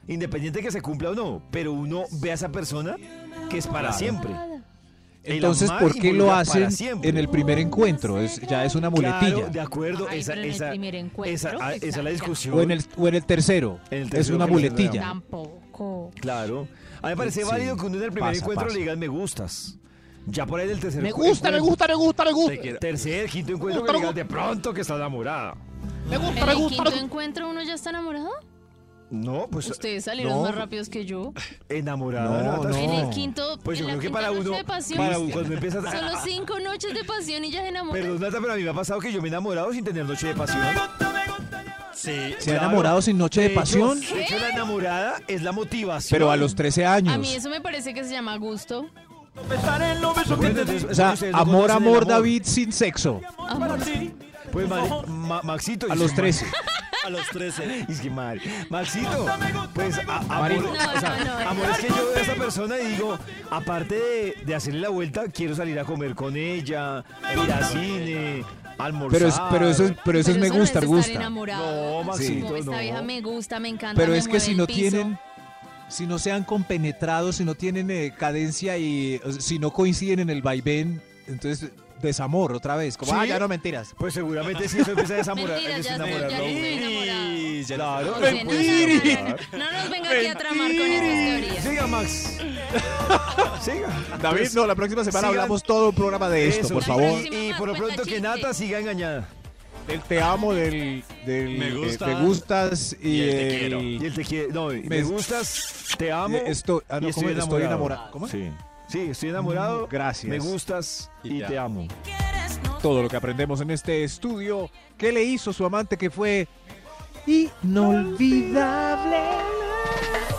Speaker 2: independiente de que se cumpla o no, pero uno ve a esa persona que es para
Speaker 5: Claro.
Speaker 2: siempre. El
Speaker 5: Entonces,
Speaker 2: amar
Speaker 5: ¿por qué lo
Speaker 2: involucra para
Speaker 5: hacen
Speaker 2: siempre.
Speaker 5: en el primer encuentro? Es, ya es una
Speaker 2: Claro,
Speaker 5: muletilla.
Speaker 2: de acuerdo,
Speaker 4: Ay,
Speaker 2: esa,
Speaker 4: pero en el
Speaker 2: esa,
Speaker 4: primer encuentro,
Speaker 2: esa- ah, esa es la discusión.
Speaker 5: o, en el, o en el tercero.
Speaker 2: En el
Speaker 5: es
Speaker 2: tercero
Speaker 5: una
Speaker 2: que les
Speaker 5: muletilla.
Speaker 4: Tampoco.
Speaker 2: Claro. A mí me parece
Speaker 5: Sí,
Speaker 2: válido que uno en el primer
Speaker 5: pasa,
Speaker 2: encuentro
Speaker 5: pasa.
Speaker 2: le digan me gustas. Ya por ahí del tercer
Speaker 9: Me
Speaker 2: encu-
Speaker 9: gusta, me
Speaker 2: encuentro-
Speaker 9: gusta, me gusta, me gusta.
Speaker 6: Te quiero.
Speaker 2: Tercer, quinto encuentro que
Speaker 9: Gusta,
Speaker 2: le
Speaker 9: me
Speaker 2: digan de pronto que está enamorada.
Speaker 9: Me gusta,
Speaker 4: ¿En
Speaker 9: me
Speaker 4: el
Speaker 9: gusta, me
Speaker 4: quinto
Speaker 9: gusta.
Speaker 4: encuentro uno ya está enamorado?
Speaker 2: No, pues
Speaker 4: Ustedes salieron
Speaker 2: no.
Speaker 4: más rápidos que yo.
Speaker 2: enamorada.
Speaker 5: No,
Speaker 2: Nata,
Speaker 5: no.
Speaker 4: En
Speaker 2: sí.
Speaker 4: el quinto,
Speaker 2: Pues
Speaker 4: en
Speaker 2: yo
Speaker 4: la
Speaker 2: creo que
Speaker 4: quinta
Speaker 2: para
Speaker 4: noche
Speaker 2: uno,
Speaker 4: de pasión.
Speaker 2: para un- cuando empiezas a...
Speaker 4: <laughs> Solo cinco noches de pasión y ya se enamoran.
Speaker 2: Perdón, Nata, pero a mí me ha pasado que yo me he enamorado sin tener noche de pasión.
Speaker 6: Sí.
Speaker 5: ¿Se ha enamorado sin noche de,
Speaker 2: hecho,
Speaker 5: pasión?
Speaker 2: de hecho, la enamorada es la motivación.
Speaker 5: Pero a los 13 años.
Speaker 4: A mí eso me parece que se llama gusto.
Speaker 2: Bueno, entonces,
Speaker 5: Pues, o sea,
Speaker 2: ustedes no
Speaker 5: amor,
Speaker 2: conocen el
Speaker 5: amor, David sin sexo.
Speaker 2: Pues, ma- ma- Maxito.
Speaker 5: A
Speaker 2: y
Speaker 5: los
Speaker 2: su
Speaker 5: 13.
Speaker 6: A los
Speaker 2: <laughs>
Speaker 6: 13.
Speaker 2: Es que madre. Maxito, pues a- amor,
Speaker 4: No,
Speaker 2: o sea,
Speaker 4: no, no, no.
Speaker 2: amor, es que yo veo a esta persona y digo, aparte de, de hacerle la vuelta, quiero salir a comer con ella, ir a cine, almorzar.
Speaker 5: Pero, es, pero eso, es- pero eso es
Speaker 4: Pero
Speaker 5: me
Speaker 4: no
Speaker 5: gusta,
Speaker 4: estar
Speaker 5: gusta.
Speaker 4: enamorado.
Speaker 2: No, Maxito,
Speaker 4: Como, Esta
Speaker 2: no.
Speaker 4: vieja me gusta, me encanta.
Speaker 5: Pero
Speaker 4: me
Speaker 5: es que
Speaker 4: mueve
Speaker 5: si
Speaker 4: el
Speaker 5: no
Speaker 4: piso.
Speaker 5: tienen, si no se han compenetrado, si no tienen eh, cadencia y o sea, si no coinciden en el vaivén, entonces desamor otra vez. Como,
Speaker 2: Sí.
Speaker 5: ah, ya no mentiras.
Speaker 2: Pues seguramente si eso empieza a desamorar,
Speaker 4: Mentira,
Speaker 2: empieza a
Speaker 4: ya estoy-
Speaker 2: enamorar,
Speaker 4: ya
Speaker 2: ¿no?
Speaker 4: estoy enamorada.
Speaker 6: Y ya no-
Speaker 2: Claro,
Speaker 4: No,
Speaker 2: eso
Speaker 4: no, no,
Speaker 2: puede
Speaker 4: no,
Speaker 2: pasar.
Speaker 4: no, no nos venga aquí a tramar con esas teorías.
Speaker 2: Siga, Max.
Speaker 5: <laughs>
Speaker 2: Siga.
Speaker 5: David, no, la próxima semana
Speaker 2: sigan-
Speaker 5: hablamos todo un programa de esto,
Speaker 2: Eso,
Speaker 5: por
Speaker 2: y-
Speaker 5: favor.
Speaker 4: próxima
Speaker 2: Y
Speaker 4: más
Speaker 2: por lo
Speaker 4: cuenta
Speaker 2: pronto que
Speaker 4: chiste.
Speaker 2: Nata siga engañada.
Speaker 5: El te amo del, del
Speaker 6: Me
Speaker 5: eh,
Speaker 6: gusta.
Speaker 5: te gustas y,
Speaker 6: Y el te
Speaker 5: el-
Speaker 6: quiero.
Speaker 2: Y él te quiere. No, me,
Speaker 5: Me-
Speaker 2: gustas, te amo.
Speaker 5: Eh, esto- ah, no,
Speaker 2: y
Speaker 5: ¿cómo es? Estoy enamorado. ¿Cómo es?
Speaker 2: Sí. Sí, estoy enamorado.
Speaker 5: Mm, gracias.
Speaker 2: Me gustas
Speaker 6: Y
Speaker 2: y,
Speaker 6: ya.
Speaker 2: te amo.
Speaker 5: todo lo que aprendemos en este estudio. ¿Qué le hizo su amante que fue inolvidable?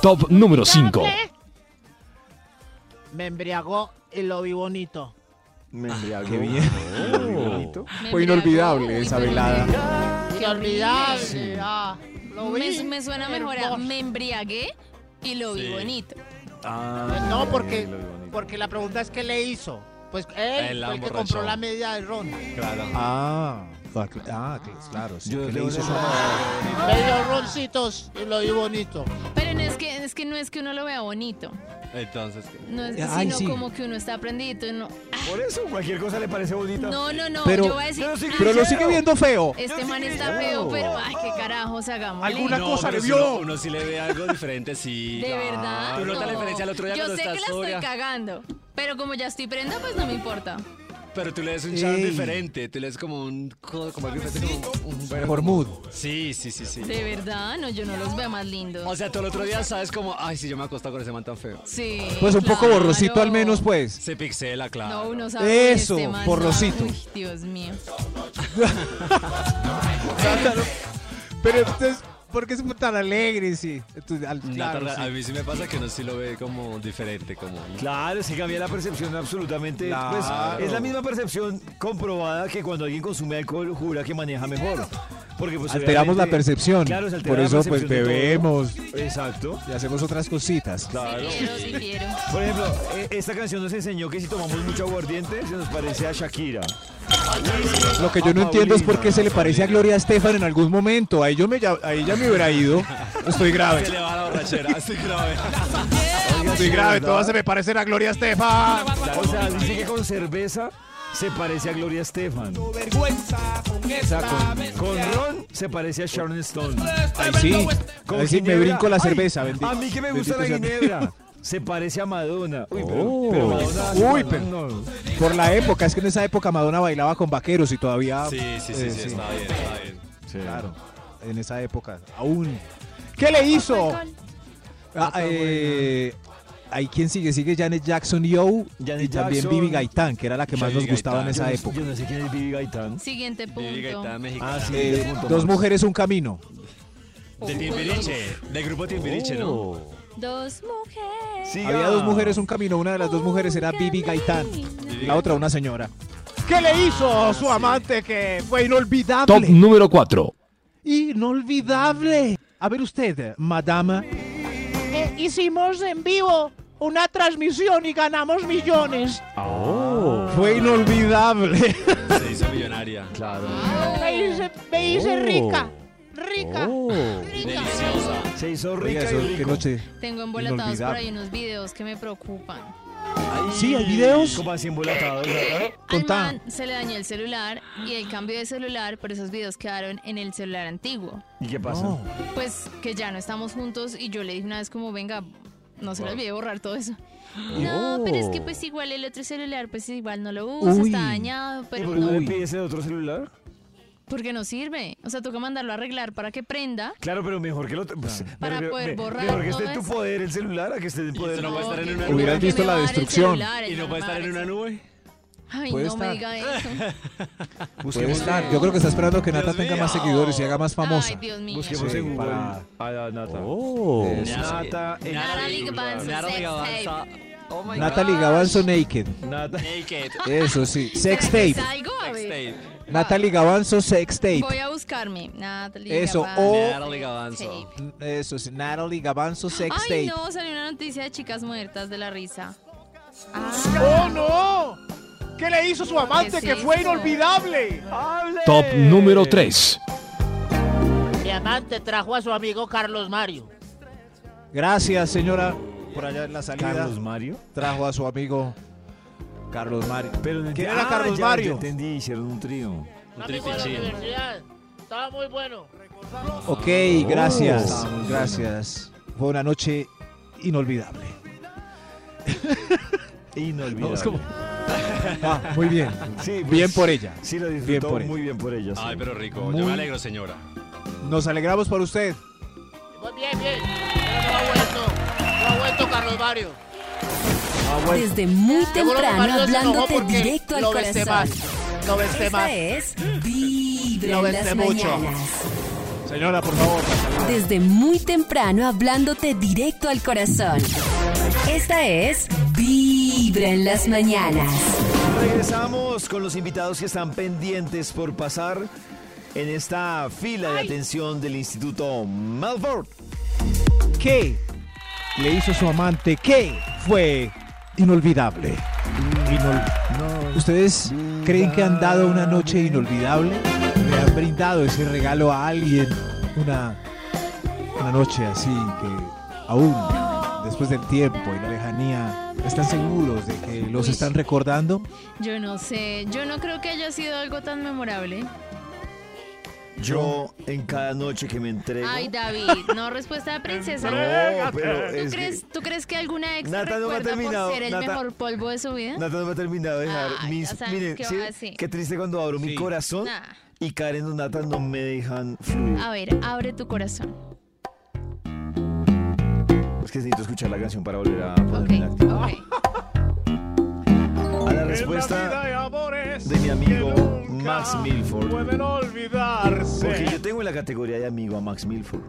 Speaker 3: Top número 5.
Speaker 9: Dable. Me embriagó y lo vi bonito.
Speaker 2: Me embriagó.
Speaker 5: Ah, qué bien.
Speaker 2: Me
Speaker 5: <laughs>
Speaker 2: volví bonito.
Speaker 4: Me embriagó.
Speaker 5: Fue inolvidable
Speaker 4: Uy,
Speaker 5: esa
Speaker 4: pero
Speaker 5: velada.
Speaker 9: Qué olvidable. ah, lo vi.
Speaker 4: Me, me suena mejor a
Speaker 9: hermoso.
Speaker 4: me embriagué y lo vi bonito.
Speaker 2: Ah,
Speaker 9: No, porque,
Speaker 2: lo vi bonito.
Speaker 9: porque la pregunta es qué le hizo. Pues él
Speaker 6: Él la
Speaker 9: fue el que
Speaker 6: emborrachó.
Speaker 9: compró la medida de ron.
Speaker 6: Claro.
Speaker 5: Ah, ah, cl- ah, cl- claro. sí,
Speaker 2: Yo le
Speaker 5: ¿qué le hizo
Speaker 2: hice
Speaker 5: su amante?
Speaker 9: Medio roncitos y lo vi bonito.
Speaker 4: Pero no es que, es que no es que uno lo vea bonito.
Speaker 6: Entonces.
Speaker 4: No es,
Speaker 5: Eh, Ay,
Speaker 4: sino
Speaker 5: sí.
Speaker 4: como que uno está aprendido. y No,
Speaker 2: Por eso, cualquier cosa le parece bonita.
Speaker 4: no, no, no,
Speaker 5: Pero-
Speaker 4: yo voy a decir.
Speaker 2: Pero sí que-
Speaker 4: "Ah,
Speaker 5: Pero lo sigue viendo feo.
Speaker 4: Este man está feo, pero ay, qué carajos hagamos.
Speaker 5: Alguna
Speaker 6: No,
Speaker 5: cosa
Speaker 6: pero
Speaker 5: le
Speaker 6: si uno-
Speaker 5: vio.
Speaker 6: Uno sí le ve algo diferente, sí.
Speaker 4: De verdad.
Speaker 6: Tú
Speaker 4: no.
Speaker 6: notas la diferencia al otro día
Speaker 4: Yo
Speaker 6: cuando
Speaker 4: sé que la
Speaker 6: estás
Speaker 4: estoy
Speaker 6: sobria.
Speaker 4: cagando. Pero como ya estoy prenda, pues no me importa.
Speaker 6: Pero tú le des un charm
Speaker 5: Ey.
Speaker 6: diferente. Tú le des como un. co- Como algo diferente. Como un, un-
Speaker 5: Por mood.
Speaker 6: Sí, sí, sí, sí.
Speaker 4: De verdad, no, yo no los veo más
Speaker 6: O
Speaker 4: lindos.
Speaker 6: sea, tú el otro día sabes como. Ay, si yo me acostado con ese man tan feo.
Speaker 4: Sí.
Speaker 5: Pues un poco
Speaker 4: claro.
Speaker 5: borrosito al menos, pues.
Speaker 6: Se pixela,
Speaker 4: No,
Speaker 6: claro.
Speaker 4: uno sabe.
Speaker 5: Eso,
Speaker 4: este man
Speaker 5: borrosito.
Speaker 4: sabe- Uy, Dios mío.
Speaker 5: Pero entonces, ¿por qué es tan alegre? Sí. Entonces, al-
Speaker 6: Nata,
Speaker 5: claro, sí.
Speaker 6: A mí sí me pasa que uno sí lo ve como diferente, como.
Speaker 2: Claro, sí cambia la percepción absolutamente. Pues,
Speaker 5: Claro.
Speaker 2: es la misma percepción comprobada que cuando alguien consume alcohol jura que maneja mejor. Porque pues
Speaker 5: Alteramos la
Speaker 2: obviamente-
Speaker 5: percepción.
Speaker 2: Claro, se altera
Speaker 5: Por
Speaker 2: la
Speaker 5: eso, pues
Speaker 2: percepción de todo.
Speaker 5: bebemos
Speaker 2: Exacto.
Speaker 5: y hacemos otras cositas.
Speaker 4: Sí
Speaker 2: Claro.
Speaker 4: quiero, sí quiero.
Speaker 2: Por ejemplo, e- esta canción nos enseñó que si tomamos mucho aguardiente se nos parece a Shakira.
Speaker 5: Lo que yo no
Speaker 2: A
Speaker 5: entiendo es por
Speaker 2: Ah, Paulina,
Speaker 5: qué se le parece a Gloria Estefan en algún momento. Ahí yo me ya, ahí ya me hubiera ido. Estoy grave.
Speaker 6: Se le va la borrachera, <laughs> así grave.
Speaker 5: Estoy grave. Todas se me parecen a Gloria Estefan.
Speaker 2: O sea, dice que con cerveza se parece a Gloria Estefan. O sea, con, con ron se parece a Sharon Stone.
Speaker 5: Ahí sí.
Speaker 2: Con
Speaker 5: Ahí sí me
Speaker 2: ginebra-
Speaker 5: brinco la
Speaker 2: ¡Ay!
Speaker 5: cerveza. bendito-
Speaker 2: A mí que me gusta la
Speaker 5: bendito sea-
Speaker 2: ginebra. Se parece a Madonna. Uy, pero,
Speaker 5: Oh.
Speaker 2: pero Madonna hace
Speaker 5: Uy,
Speaker 2: Madonna,
Speaker 5: pero-
Speaker 2: no.
Speaker 5: Por la época. Es que en esa época Madonna bailaba con vaqueros y todavía.
Speaker 6: Sí, sí, sí,
Speaker 5: eh,
Speaker 6: sí, está bien, está bien.
Speaker 5: Claro. En esa época. Aún. ¿Qué le hizo? Ah, eh, Ahí quién sigue, sigue Janet Jackson y O.
Speaker 2: Janet
Speaker 5: y también
Speaker 2: Jackson.
Speaker 5: Bibi Gaitán, que era la que más
Speaker 6: Bibi
Speaker 5: nos gustaba en
Speaker 6: Gaitán.
Speaker 2: Yo
Speaker 5: esa
Speaker 2: no-
Speaker 5: época.
Speaker 2: Yo no sé quién es Vivi Gaitán.
Speaker 4: Siguiente punto.
Speaker 6: Vivi Gaitán, mexicana.
Speaker 2: Ah, sí.
Speaker 5: Eh,
Speaker 2: punto
Speaker 5: dos
Speaker 2: más.
Speaker 5: mujeres, un camino.
Speaker 6: De Timbiriche, del grupo Timbiriche, ¿no?
Speaker 10: Dos mujeres.
Speaker 2: Siga.
Speaker 5: Había dos mujeres, un camino. Una de las dos mujeres era Bibi Gaitán. La otra, una señora.
Speaker 9: ¿Qué le
Speaker 6: Ah,
Speaker 9: hizo su amante que fue inolvidable?
Speaker 3: Top número 4.
Speaker 5: Inolvidable. A ver usted, madama.
Speaker 9: Eh, hicimos en vivo una transmisión y ganamos millones.
Speaker 2: Ah, Bravo.
Speaker 11: Fue inolvidable.
Speaker 6: Se hizo millonaria.
Speaker 2: Claro.
Speaker 9: Me hice, me hice
Speaker 2: Oh.
Speaker 9: rica. Rica.
Speaker 2: Oh.
Speaker 9: Rica.
Speaker 6: Deliciosa.
Speaker 2: Se hizo
Speaker 5: Oiga,
Speaker 2: rica
Speaker 5: eso,
Speaker 2: y
Speaker 5: qué
Speaker 2: rico.
Speaker 5: noche.
Speaker 4: Tengo embolatados por
Speaker 5: Inolvidable.
Speaker 4: ahí unos videos que me preocupan.
Speaker 2: Sí, hay videos. Como así embolatados. ¿verdad?
Speaker 5: Contá.
Speaker 4: Al man se le dañó el celular y él cambió de celular, pero esos videos quedaron en el celular antiguo.
Speaker 2: ¿Y qué pasa?
Speaker 4: Pues que ya no estamos juntos y yo le dije una vez como, venga, no se le olvide borrar todo eso. No, pero es que pues igual el otro celular, pues igual no lo usa,
Speaker 5: Uy.
Speaker 4: está dañado,
Speaker 2: ¿Y
Speaker 4: pero
Speaker 2: por qué no
Speaker 4: no,
Speaker 2: le pides el otro celular?
Speaker 4: porque no sirve. O sea, toca mandarlo a arreglar para que prenda.
Speaker 2: Claro, pero mejor que lo. pues, me
Speaker 4: Para
Speaker 2: refiero-
Speaker 4: poder
Speaker 2: me-
Speaker 4: borrar
Speaker 2: Mejor que esté en
Speaker 4: todo
Speaker 2: tu
Speaker 4: eso.
Speaker 2: poder el celular a que esté en
Speaker 6: Y
Speaker 2: poder.
Speaker 6: esto no puede estar en una
Speaker 4: que-
Speaker 6: nube.
Speaker 11: Hubieras
Speaker 4: que
Speaker 11: visto
Speaker 4: me
Speaker 11: la
Speaker 4: va a dar el
Speaker 11: destrucción.
Speaker 4: celular,
Speaker 6: Y
Speaker 4: él
Speaker 6: no puede
Speaker 4: me va a
Speaker 6: estar
Speaker 4: dar
Speaker 6: en
Speaker 4: el
Speaker 6: una
Speaker 4: celular.
Speaker 6: nube.
Speaker 4: Ay,
Speaker 5: Puede
Speaker 4: no me
Speaker 5: estar.
Speaker 4: diga eso.
Speaker 5: <laughs> Puede estar. Yo creo que está esperando que Nata
Speaker 6: Dios
Speaker 5: tenga más
Speaker 6: mío.
Speaker 5: seguidores y haga más
Speaker 4: Ay,
Speaker 5: famosa.
Speaker 4: Dios mío.
Speaker 2: Busquemos
Speaker 5: Sí,
Speaker 2: en Google.
Speaker 5: para-
Speaker 2: A Nata.
Speaker 5: Eso.
Speaker 2: Nata.
Speaker 6: eh,
Speaker 2: en-
Speaker 4: Natalie Gavanzo, sex
Speaker 6: Oh my
Speaker 5: Natalie Gavanzo Naked.
Speaker 2: Nata.
Speaker 6: Naked.
Speaker 4: <laughs>
Speaker 5: Eso sí. Sex
Speaker 4: ¿Será que
Speaker 5: tape.
Speaker 4: salgo? A ver,
Speaker 6: Backstage.
Speaker 5: Natalie Gavanzo sex tape.
Speaker 4: Voy a buscarme. Natalie
Speaker 5: Eso, oh,
Speaker 4: Gavanzo,
Speaker 5: o-
Speaker 6: Natalie Gavanzo.
Speaker 4: tape.
Speaker 5: Eso sí. Natalie Gavanzo sex
Speaker 4: Ay,
Speaker 5: tape.
Speaker 4: no, salió una noticia de chicas muertas de la risa.
Speaker 11: ¡Oh, no! ¿Qué le hizo su amante
Speaker 4: ¿Qué
Speaker 11: que
Speaker 4: es
Speaker 11: fue
Speaker 4: esto?
Speaker 11: inolvidable?
Speaker 3: Top número 3.
Speaker 9: Mi amante trajo a su amigo Carlos Mario.
Speaker 5: Gracias, señora. Por allá en la salida
Speaker 2: Carlos Mario.
Speaker 5: trajo a su amigo Carlos Mario.
Speaker 2: Pero no
Speaker 5: ¿Quién
Speaker 2: entiendo-
Speaker 5: era
Speaker 2: Ah,
Speaker 5: Carlos
Speaker 2: ya, ya
Speaker 5: Mario?
Speaker 2: entendí, hicieron un trío.
Speaker 9: Un amigo de la universidad. Estaba muy bueno.
Speaker 5: Ok, gracias. gracias. Fue una noche inolvidable.
Speaker 2: Inolvidable.
Speaker 5: Ah, muy bien.
Speaker 2: Sí, pues,
Speaker 5: Bien por ella.
Speaker 2: Sí, lo disfrutó
Speaker 5: Bien por ella.
Speaker 2: muy bien por ella. sí.
Speaker 6: Ay, pero rico.
Speaker 5: Muy-
Speaker 6: Yo me alegro, señora.
Speaker 5: Nos alegramos por usted.
Speaker 9: Muy bien, bien. Pero no ha vuelto. No ha vuelto Carlos Mario.
Speaker 1: Desde muy
Speaker 9: Seguro que
Speaker 1: temprano
Speaker 9: Mario se enojó
Speaker 1: hablándote
Speaker 9: porque
Speaker 1: directo al
Speaker 9: lo besé
Speaker 1: corazón.
Speaker 9: más. Lo besé
Speaker 1: Esta
Speaker 9: más.
Speaker 1: es Vibra
Speaker 9: Lo
Speaker 1: en las
Speaker 9: besé mucho.
Speaker 1: mañanas.
Speaker 5: Señora, por favor.
Speaker 1: Desde muy temprano hablándote directo al corazón. Esta es Vibra en las mañanas.
Speaker 2: Regresamos con los invitados que están pendientes por pasar en esta fila de atención del Instituto Melford.
Speaker 5: ¿Qué le hizo su amante? ¿Qué fue inolvidable? Inol- ¿Ustedes creen que han dado una noche inolvidable? ¿Le han brindado ese regalo a alguien? Una, una noche así que aún después del tiempo y la lejanía, ¿están seguros de que los
Speaker 4: Uy.
Speaker 5: están recordando?
Speaker 4: Yo no sé, yo no creo que haya sido algo tan memorable.
Speaker 2: Yo en cada noche que me entrego.
Speaker 4: Ay, David, no, respuesta de
Speaker 5: <laughs>
Speaker 4: princesa.
Speaker 2: No,
Speaker 5: pues,
Speaker 2: pero
Speaker 4: ¿Tú,
Speaker 2: es que-
Speaker 4: crees, ¿Tú crees que alguna ex
Speaker 2: Nata no me ha
Speaker 4: recuerda
Speaker 2: terminado,
Speaker 4: por ser el
Speaker 2: Nata-
Speaker 4: mejor polvo de su vida?
Speaker 2: Nata no me ha terminado de dejar.
Speaker 4: Ay,
Speaker 2: mis,
Speaker 4: ya sabes
Speaker 2: miren,
Speaker 4: qué
Speaker 2: sí,
Speaker 4: va a decir.
Speaker 2: qué triste cuando abro mi corazón
Speaker 4: Nah.
Speaker 2: y Karen o Nata no me dejan fluir.
Speaker 4: A ver, abre tu corazón.
Speaker 2: Es que necesito escuchar la canción para volver a ponerme en
Speaker 4: Ok,
Speaker 2: actitud.
Speaker 4: ok.
Speaker 2: A la respuesta de mi amigo Max Milford.
Speaker 11: Pueden
Speaker 2: Porque
Speaker 11: olvidarse.
Speaker 2: yo tengo en la categoría de amigo a Max Milford.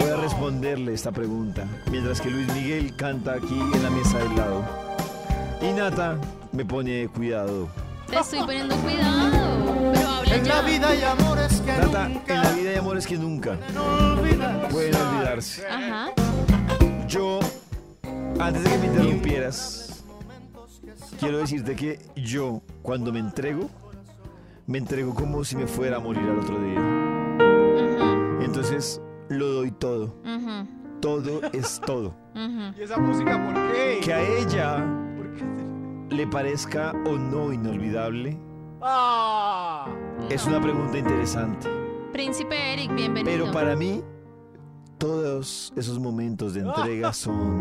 Speaker 2: Voy a responderle esta pregunta mientras que Luis Miguel canta aquí en la mesa del lado. Y Nata me pone cuidado.
Speaker 4: Te estoy poniendo cuidado. Pero habla
Speaker 12: En la
Speaker 4: ya.
Speaker 12: vida hay amores que
Speaker 2: Nata, en la
Speaker 12: nunca
Speaker 2: vida hay amores que nunca
Speaker 12: olvidas.
Speaker 2: pueden olvidarse.
Speaker 4: Ajá.
Speaker 2: Yo, antes de que me interrumpieras, quiero decirte que yo, cuando me entrego, me entrego como si me fuera a morir al otro día.
Speaker 4: Ajá.
Speaker 2: Entonces, lo doy todo.
Speaker 4: Ajá.
Speaker 2: Todo es todo.
Speaker 4: Ajá.
Speaker 11: ¿Y esa música por qué?
Speaker 2: Que a ella le parezca o no inolvidable
Speaker 11: Ah.
Speaker 2: es una pregunta interesante.
Speaker 4: Príncipe Eric, bienvenido.
Speaker 2: Pero para mí, todos esos momentos de entrega son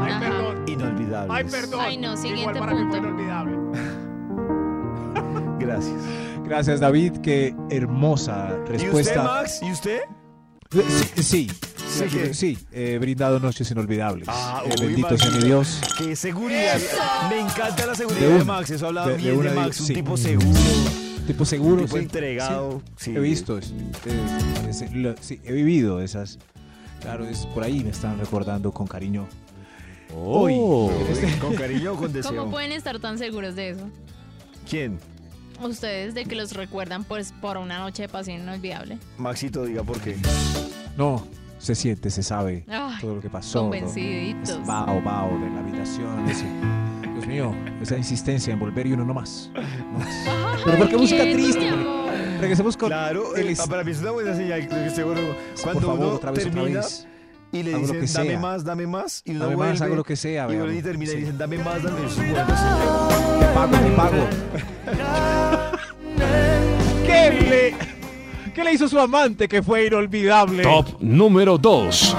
Speaker 11: Ay,
Speaker 4: Ajá.
Speaker 11: perdón.
Speaker 2: inolvidables.
Speaker 11: Ay, perdón.
Speaker 4: Ay, no, siguiente
Speaker 11: Igual para mí
Speaker 4: punto.
Speaker 11: fue inolvidable.
Speaker 2: Gracias.
Speaker 5: Gracias, David. Qué hermosa
Speaker 2: ¿Y usted,
Speaker 5: respuesta.
Speaker 2: Max? ¿Y usted?
Speaker 5: Sí, sí,
Speaker 2: Sí,
Speaker 5: sí,
Speaker 2: que-
Speaker 5: sí, he brindado noches inolvidables.
Speaker 2: Ah,
Speaker 5: Eh,
Speaker 2: uy,
Speaker 5: bendito sea mi
Speaker 2: Maxito.
Speaker 5: Dios.
Speaker 2: ¡Qué seguridad! Me encanta la seguridad
Speaker 5: De
Speaker 2: de,
Speaker 5: una.
Speaker 2: Max. Eso ha hablado
Speaker 5: De- de
Speaker 2: bien de,
Speaker 5: una, de-
Speaker 2: Max. Un
Speaker 5: sí.
Speaker 2: tipo seguro,
Speaker 5: Tipo seguro,
Speaker 2: tipo
Speaker 5: sí,
Speaker 2: entregado.
Speaker 5: sí.
Speaker 2: sí.
Speaker 5: He visto, es- eh, es- lo- sí, he vivido esas. Claro, es por ahí me están recordando con cariño. Hoy,
Speaker 2: Oh.
Speaker 5: en este-
Speaker 2: Con cariño o con deseo.
Speaker 4: <laughs> ¿Cómo pueden estar tan seguros de eso?
Speaker 2: ¿Quién?
Speaker 4: Ustedes de que los recuerdan pues por una noche de pasión inolvidable.
Speaker 2: Maxito, diga por qué.
Speaker 5: no, se siente, se sabe.
Speaker 4: Ay,
Speaker 5: todo lo que pasó. ¿no?
Speaker 4: Convenciditos.
Speaker 5: Ese Bao, bao de la habitación. ese- Dios mío, esa insistencia en volver y uno no más. no más. Pero porque música
Speaker 4: bien, mi
Speaker 5: triste.
Speaker 4: amor.
Speaker 5: Regresemos con
Speaker 2: Claro,
Speaker 5: el
Speaker 2: eh,
Speaker 5: es-
Speaker 2: para mí es una buena señal. que seguro cuando
Speaker 5: por favor,
Speaker 2: uno
Speaker 5: otra vez, otra
Speaker 2: termina
Speaker 5: vez.
Speaker 2: y le
Speaker 5: Hago lo
Speaker 2: dicen,
Speaker 5: que
Speaker 2: dame
Speaker 5: sea.
Speaker 2: más, dame más, y uno
Speaker 5: Dame
Speaker 2: vuelve,
Speaker 5: más, hago lo que sea,
Speaker 2: Y uno
Speaker 5: veamos,
Speaker 2: y termina y
Speaker 5: sí.
Speaker 2: dicen, dame más, dame más. Bueno, señal.
Speaker 5: Te pago, te
Speaker 2: <laughs>
Speaker 5: pago.
Speaker 13: ¿Qué le, ¿Qué le hizo su amante que fue inolvidable?
Speaker 3: Top número 2.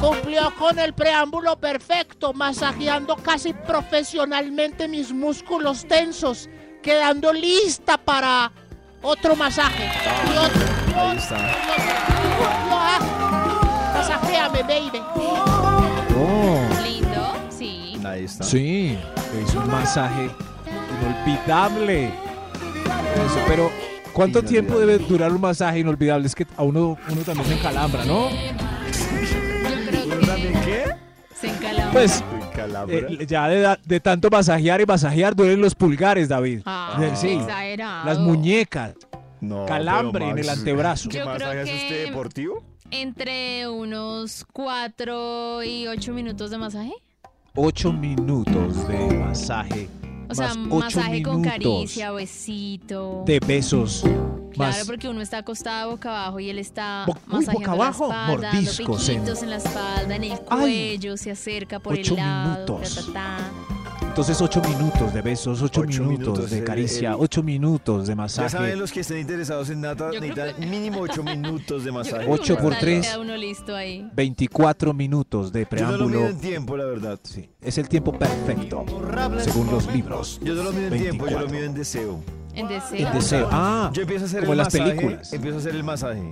Speaker 9: Cumplió con el preámbulo perfecto, masajeando casi profesionalmente mis músculos tensos, quedando lista para otro masaje. Y otro, y
Speaker 2: Ah, Ahí
Speaker 9: otro,
Speaker 2: está.
Speaker 9: y otro. No, ah, Masajeame, baby.
Speaker 5: Oh.
Speaker 4: Lindo, sí.
Speaker 2: Ahí está.
Speaker 5: Sí, le hizo un masaje inolvidable. Eso, pero ¿cuánto tiempo debe durar un masaje inolvidable? Es que a uno, uno también se encalambra, ¿no?
Speaker 4: Yo creo
Speaker 2: ¿Uno también
Speaker 4: que
Speaker 2: qué?
Speaker 4: se encalaba.
Speaker 5: Pues
Speaker 2: En Calabra.
Speaker 5: eh, ya de, da- de tanto masajear y masajear duelen los pulgares, David.
Speaker 4: Ah, oh.
Speaker 5: Eh, sí,
Speaker 4: exagerado.
Speaker 5: las muñecas,
Speaker 2: No,
Speaker 5: calambre
Speaker 2: pero
Speaker 5: en el
Speaker 2: Max,
Speaker 5: antebrazo.
Speaker 2: ¿Qué
Speaker 4: Yo
Speaker 2: más
Speaker 4: creo
Speaker 2: hagas
Speaker 4: que-
Speaker 2: usted deportivo?
Speaker 4: Entre unos 4 y 8 minutos de masaje.
Speaker 5: Ocho minutos de masaje.
Speaker 4: O sea,
Speaker 5: más ocho
Speaker 4: masaje con
Speaker 5: minutos
Speaker 4: caricia, besito.
Speaker 5: De besos.
Speaker 4: Claro,
Speaker 5: más
Speaker 4: porque uno está acostado boca abajo y él está
Speaker 5: Bo- uy,
Speaker 4: masajeando
Speaker 5: boca
Speaker 4: la
Speaker 5: abajo,
Speaker 4: espalda,
Speaker 5: mordiscos en-
Speaker 4: dando piquitos en... la espalda, en el cuello, se acerca por
Speaker 5: Ocho
Speaker 4: el lado, ta,
Speaker 5: minutos.
Speaker 4: ta, ta.
Speaker 5: Entonces, ocho minutos de besos, ocho,
Speaker 2: Ocho
Speaker 5: minutos,
Speaker 2: minutos,
Speaker 5: de
Speaker 2: el-
Speaker 5: caricia,
Speaker 2: el-
Speaker 5: ocho minutos de
Speaker 2: Ya saben
Speaker 5: masaje.
Speaker 2: los que estén interesados en nata,
Speaker 4: Yo creo
Speaker 2: necesitan mínimo 8 minutos de
Speaker 4: <laughs> Yo creo
Speaker 2: masaje.
Speaker 4: que
Speaker 5: Ocho
Speaker 4: uno
Speaker 5: por
Speaker 4: está-
Speaker 5: tres.
Speaker 4: queda uno listo ahí.
Speaker 5: 24 minutos de
Speaker 2: Yo no lo mido
Speaker 5: preámbulo.
Speaker 2: en tiempo, la verdad.
Speaker 5: Sí, es el tiempo perfecto, según los libros.
Speaker 2: Yo no lo mido en tiempo, yo lo
Speaker 5: 24.
Speaker 2: mido en deseo.
Speaker 4: En deseo.
Speaker 5: El deseo. Ah,
Speaker 2: Yo empiezo a hacer
Speaker 5: como
Speaker 2: el
Speaker 5: las
Speaker 2: masaje.
Speaker 5: películas.
Speaker 2: Empiezo a hacer el masaje.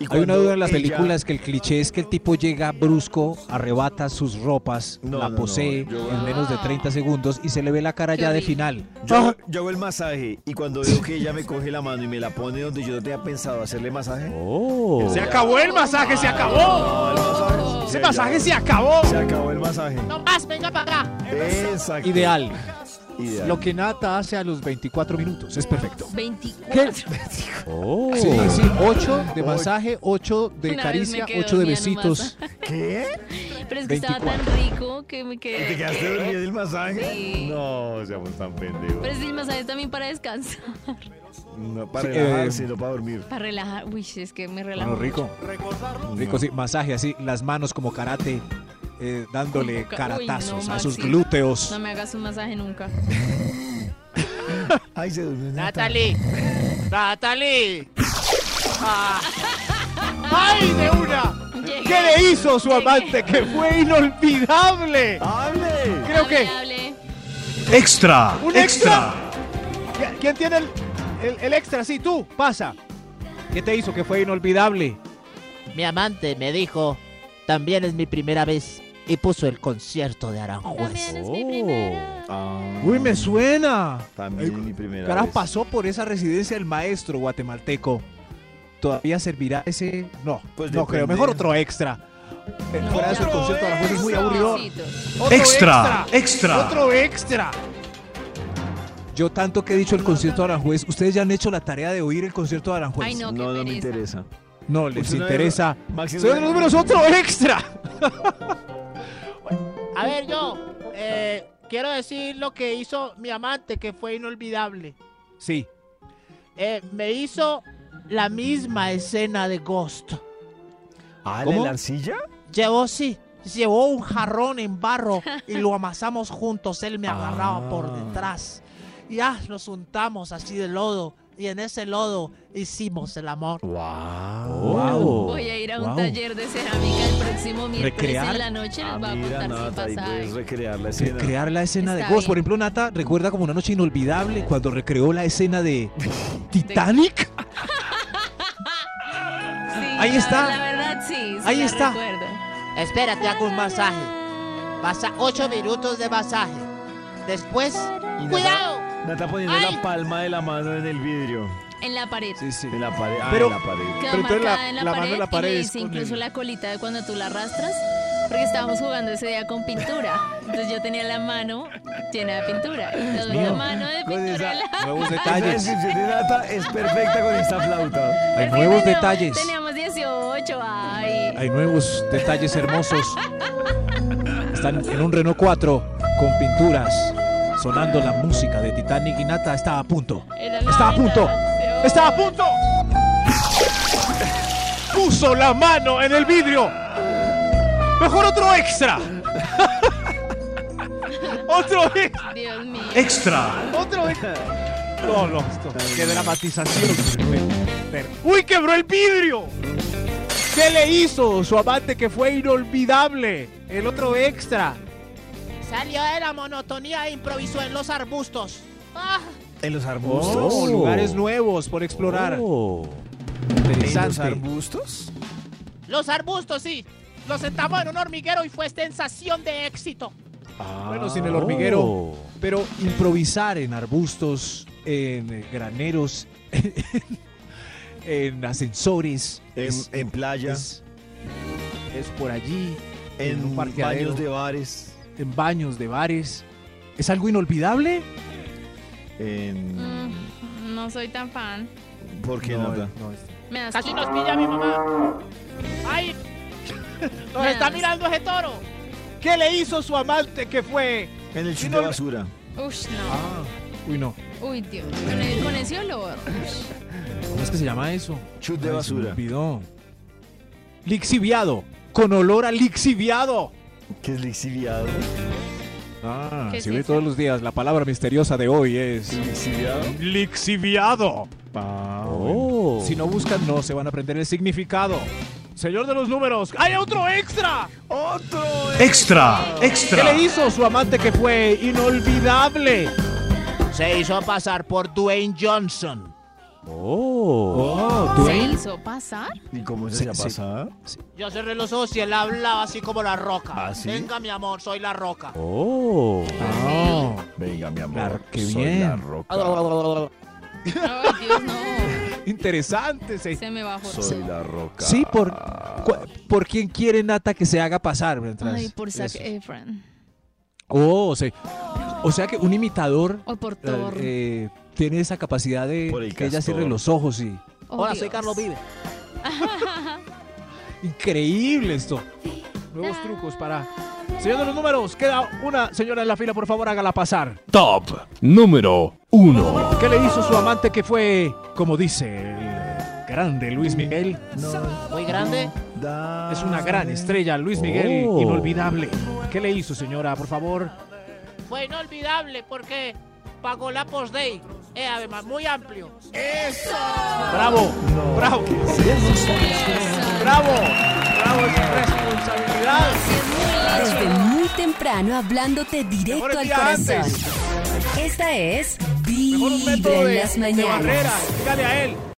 Speaker 2: Y
Speaker 5: Hay una
Speaker 2: cuando
Speaker 5: duda en las
Speaker 2: ella-
Speaker 5: películas que el cliché es que el tipo llega brusco, arrebata sus ropas,
Speaker 2: No,
Speaker 5: la
Speaker 2: no, no,
Speaker 5: posee
Speaker 2: yo-
Speaker 5: en menos de 30 segundos y se le ve la cara
Speaker 4: Qué
Speaker 5: ya de
Speaker 4: horrible.
Speaker 5: final.
Speaker 2: Yo, yo hago el masaje y cuando veo que ella me coge la mano y me la pone donde yo no tenía pensado hacerle masaje.
Speaker 5: Oh.
Speaker 13: Se acabó el masaje, se acabó.
Speaker 2: No, el masaje.
Speaker 13: Ese
Speaker 2: ya-
Speaker 13: masaje se acabó.
Speaker 2: Se acabó el masaje.
Speaker 9: No más, venga para acá.
Speaker 2: Exacto.
Speaker 5: Ideal.
Speaker 2: Ideal.
Speaker 5: Lo que Nata hace a los 24 minutos es perfecto.
Speaker 4: 24.
Speaker 5: Sí, sí, 8 de
Speaker 2: Ocho.
Speaker 5: masaje, 8 de
Speaker 4: Una vez
Speaker 5: caricia,
Speaker 4: me quedé
Speaker 5: 8 de
Speaker 4: dormida en un
Speaker 5: besitos.
Speaker 2: ¿Qué?
Speaker 4: Pero es que estaba tan rico que me quedé.
Speaker 2: ¿Te quedaste dormido del masaje?
Speaker 4: Sí.
Speaker 2: No, seamos tan pendejos.
Speaker 4: Pero es el masaje también para descansar, <laughs>
Speaker 2: No, para
Speaker 5: Sí,
Speaker 2: relajarse,
Speaker 5: eh,
Speaker 2: no para dormir.
Speaker 4: para relajar. Uy, es que me relajo.
Speaker 5: Bueno, rico. <laughs> Rico, sí, masaje así, las manos como karate, eh, dándole
Speaker 4: Como ca-
Speaker 5: caratazos
Speaker 4: Uy, no,
Speaker 5: a sus
Speaker 4: Maxi.
Speaker 5: glúteos.
Speaker 4: No me hagas un masaje
Speaker 5: <laughs>
Speaker 4: nunca.
Speaker 2: Ay, se durmió.
Speaker 9: Natalie. Natalie. Ah. ¡Ay, de una!
Speaker 13: ¿Qué le hizo su amante que fue inolvidable?
Speaker 2: ¡Hable!
Speaker 13: Creo que.
Speaker 4: Hable, hable.
Speaker 3: Extra.
Speaker 13: ¿Un extra? ¿Qui- ¿Quién tiene el, el- el extra? Sí, tú, pasa.
Speaker 5: ¿Qué te hizo que fue inolvidable?
Speaker 9: Mi amante me dijo, también es mi primera vez, y puso el concierto de
Speaker 4: También
Speaker 9: Aranjuez.
Speaker 4: es mi primera.
Speaker 5: Uy, me suena.
Speaker 2: Oh, ah, También
Speaker 5: Ay,
Speaker 2: mi primera
Speaker 5: Cara,
Speaker 2: vez.
Speaker 5: pasó por esa residencia el maestro guatemalteco. ¿Todavía servirá ese? No,
Speaker 2: Pues
Speaker 5: no creo.
Speaker 2: depende.
Speaker 5: Mejor otro extra. Eh, fuera de eso, el
Speaker 13: Otro
Speaker 5: concierto de Aranjuez es muy aburrido.
Speaker 4: Besitos.
Speaker 13: Otro
Speaker 3: Extra, extra.
Speaker 13: Otro extra.
Speaker 5: Yo tanto que he dicho el concierto de Aranjuez, ustedes ya han hecho la tarea de oír el concierto de Aranjuez.
Speaker 4: Ay, no, qué
Speaker 2: No, no me
Speaker 4: pereza.
Speaker 2: interesa.
Speaker 5: No, les
Speaker 2: Usted Pues no-
Speaker 5: interesa.
Speaker 2: Maxi,
Speaker 5: Señor de los números, otro extra.
Speaker 9: A ver, yo eh, quiero decir lo que hizo mi amante, que fue inolvidable.
Speaker 5: Sí.
Speaker 9: Eh, me hizo la misma escena de Ghost.
Speaker 2: Ah,
Speaker 5: ¿Cómo?
Speaker 2: ¿la de la arcilla?
Speaker 9: Llevó, sí, llevó un jarrón en barro y lo amasamos juntos. Él me agarraba por detrás. Y ah, nos untamos así de lodo. Y en ese lodo hicimos el amor.
Speaker 2: Ah,
Speaker 5: Wow.
Speaker 4: Voy a ir a un
Speaker 5: Wow.
Speaker 4: taller de cerámica el próximo miércoles
Speaker 5: Recrear.
Speaker 4: en la noche. Les
Speaker 2: Ah,
Speaker 4: voy a
Speaker 2: mira,
Speaker 4: contar si
Speaker 2: Nata, ahí
Speaker 4: pasa
Speaker 2: puedes
Speaker 5: pues,
Speaker 4: algo.
Speaker 2: recrear la escena.
Speaker 5: Recrear la escena
Speaker 4: Está
Speaker 5: de Ghost.
Speaker 4: bien.
Speaker 5: Por ejemplo, Nata recuerda como una noche inolvidable cuando recreó la
Speaker 4: <laughs>
Speaker 5: escena de Titanic.
Speaker 4: Sí,
Speaker 5: Ahí
Speaker 4: la-
Speaker 5: está.
Speaker 4: La verdad, sí. sí
Speaker 5: Ahí
Speaker 4: la
Speaker 5: está.
Speaker 4: recuerdo.
Speaker 9: Espérate, hago un masaje. Masa ocho minutos de masaje. Después,
Speaker 2: Y Nata-
Speaker 9: cuidado.
Speaker 2: Nata poniendo
Speaker 9: Ay.
Speaker 2: la palma de la mano en el vidrio.
Speaker 4: En la pared.
Speaker 5: Sí, sí.
Speaker 2: En la pared. Ah,
Speaker 5: Pero-
Speaker 2: en la pared.
Speaker 4: Quedó
Speaker 5: Pero entonces la-
Speaker 4: marcada en la,
Speaker 5: la mano
Speaker 4: pared,
Speaker 5: en la pared
Speaker 4: y le
Speaker 5: es
Speaker 4: hice
Speaker 5: con
Speaker 4: incluso
Speaker 5: el-
Speaker 4: la colita de cuando tú la arrastras, porque estábamos jugando ese día con pintura. Entonces yo tenía la mano llena de pintura. Entonces la
Speaker 5: mío.
Speaker 4: mano de
Speaker 2: Con esa-
Speaker 4: pintura. en la-
Speaker 5: Nuevos
Speaker 2: Esa
Speaker 5: detalles.
Speaker 2: descripción de Nata es perfecta con esta flauta.
Speaker 5: Hay
Speaker 4: Porque <laughs>
Speaker 5: nuevos
Speaker 4: teníamos-
Speaker 5: detalles.
Speaker 4: Teníamos 18, ay.
Speaker 3: Hay nuevos detalles hermosos. Están en un Renault 4 con pinturas, sonando la música de Titanic y Nata está a punto.
Speaker 4: Era la
Speaker 3: Está a punto. Está a punto.
Speaker 5: Puso la mano en el vidrio. Mejor otro extra. <laughs> otro extra.
Speaker 4: Dios mío.
Speaker 8: Extra.
Speaker 5: Otro extra. <laughs> No, no, esto, qué dramatización. ¡Uy, quebró el vidrio! ¿Qué le hizo su amante que fue inolvidable? El otro extra.
Speaker 9: Salió de la monotonía e improvisó en los arbustos. ¡Ah!
Speaker 2: En los arbustos.
Speaker 5: Oh, lugares nuevos por explorar.
Speaker 2: ¿En los
Speaker 5: Interesante.
Speaker 2: arbustos?
Speaker 9: Los arbustos, sí. Los sentamos en un hormiguero y fue sensación de éxito.
Speaker 3: Bueno, sin el hormiguero.
Speaker 5: Oh.
Speaker 3: Pero improvisar en arbustos, en eh,
Speaker 5: <laughs>
Speaker 3: graneros, en ascensores,
Speaker 2: En,
Speaker 3: es,
Speaker 2: en playas,
Speaker 3: es- es por allí, en
Speaker 2: en,
Speaker 3: un parqueadero.
Speaker 2: baños de bares,
Speaker 3: en baños de bares. ¿Es algo inolvidable?
Speaker 2: en...
Speaker 4: Mm, no soy tan fan.
Speaker 2: ¿Por qué
Speaker 3: No,
Speaker 2: nota?
Speaker 3: eh, no, es-
Speaker 4: Me das
Speaker 9: Casi nos pilla mi mamá. ¡Ay! Nos
Speaker 4: Me
Speaker 9: está
Speaker 4: das-
Speaker 9: mirando ese toro.
Speaker 5: ¿Qué le hizo su amante que fue?
Speaker 2: En el chute
Speaker 5: no- Ah.
Speaker 2: de basura.
Speaker 4: Ush, no.
Speaker 3: Uy, no.
Speaker 4: Uy, Dios. Con, el- con ese olor.
Speaker 3: ¿Cómo es que se llama eso?
Speaker 2: Chute de
Speaker 3: Ay, se me
Speaker 2: basura.
Speaker 3: olvidó. Lixiviado. Con olor a lixiviado.
Speaker 2: Que es lixiviado.
Speaker 3: Ah,
Speaker 4: ¿Qué
Speaker 3: se
Speaker 4: es
Speaker 3: ve
Speaker 4: eso?
Speaker 3: todos los días. La palabra misteriosa de hoy es...
Speaker 2: ¿Lixiviado?
Speaker 5: Lixiviado.
Speaker 3: Oh. Si no buscan, no se van a aprender el significado.
Speaker 5: Señor de los números. ¡Hay otro extra!
Speaker 2: ¡Otro!
Speaker 8: Extra.
Speaker 5: ¿Qué
Speaker 8: Extra.
Speaker 5: le hizo su amante que fue inolvidable?
Speaker 9: Se hizo pasar por Dwayne Johnson.
Speaker 3: Oh,
Speaker 4: ¿Se hizo pasar?
Speaker 2: ¿Y cómo
Speaker 3: Sí,
Speaker 2: se ha
Speaker 3: sí.
Speaker 2: pasado?
Speaker 9: Yo cerré los ojos y él hablaba así como la roca.
Speaker 2: ¿Ah, sí?
Speaker 9: Venga, mi amor, soy la roca.
Speaker 3: Oh. Ah.
Speaker 2: Venga, mi amor.
Speaker 3: Claro, qué
Speaker 2: soy
Speaker 3: bien.
Speaker 2: la roca.
Speaker 4: Ay, Dios, no.
Speaker 3: <laughs> Interesante. se-
Speaker 4: Se me bajó
Speaker 2: Soy la roca. Ah,
Speaker 3: Sí, por, cu- por quién quiere Nata que se haga pasar.
Speaker 4: todo.
Speaker 3: mientras-
Speaker 4: Ay, por eh, Zac
Speaker 3: eso?
Speaker 4: Efron.
Speaker 3: Oh, sí. O sea que un imitador
Speaker 4: O por
Speaker 3: eh,
Speaker 4: Thor.
Speaker 3: eh, tiene esa capacidad de
Speaker 2: Por el
Speaker 3: que ella
Speaker 2: castor.
Speaker 3: cierre los ojos y...
Speaker 4: Oh,
Speaker 9: Hola, soy
Speaker 4: Dios.
Speaker 9: Carlos Vive.
Speaker 3: Increíble esto.
Speaker 5: Nuevos trucos para. Señor de los números, queda una señora en la fila, por favor, hágala pasar.
Speaker 8: Top número 1.
Speaker 5: ¿Qué le hizo su amante que fue, como dice el grande Luis Miguel?
Speaker 9: Muy grande.
Speaker 5: Es una gran estrella, Luis Miguel,
Speaker 3: Oh.
Speaker 5: inolvidable. ¿Qué le hizo, señora, por favor?
Speaker 9: Fue inolvidable porque pagó la post-day. Eh, además, muy amplio.
Speaker 5: ¡Bravo! ¡Bravo! ¡Bravo! ¡Bravo! ¡Es responsabilidad!
Speaker 1: Desde muy temprano hablándote
Speaker 5: Mejor
Speaker 1: directo
Speaker 5: el
Speaker 1: al
Speaker 5: día
Speaker 1: corazón.
Speaker 5: antes.
Speaker 1: Esta es
Speaker 5: Mejor un método
Speaker 1: Vibra en
Speaker 5: de,
Speaker 1: las
Speaker 5: de
Speaker 1: mañanas.
Speaker 5: barrera. Dígale a él.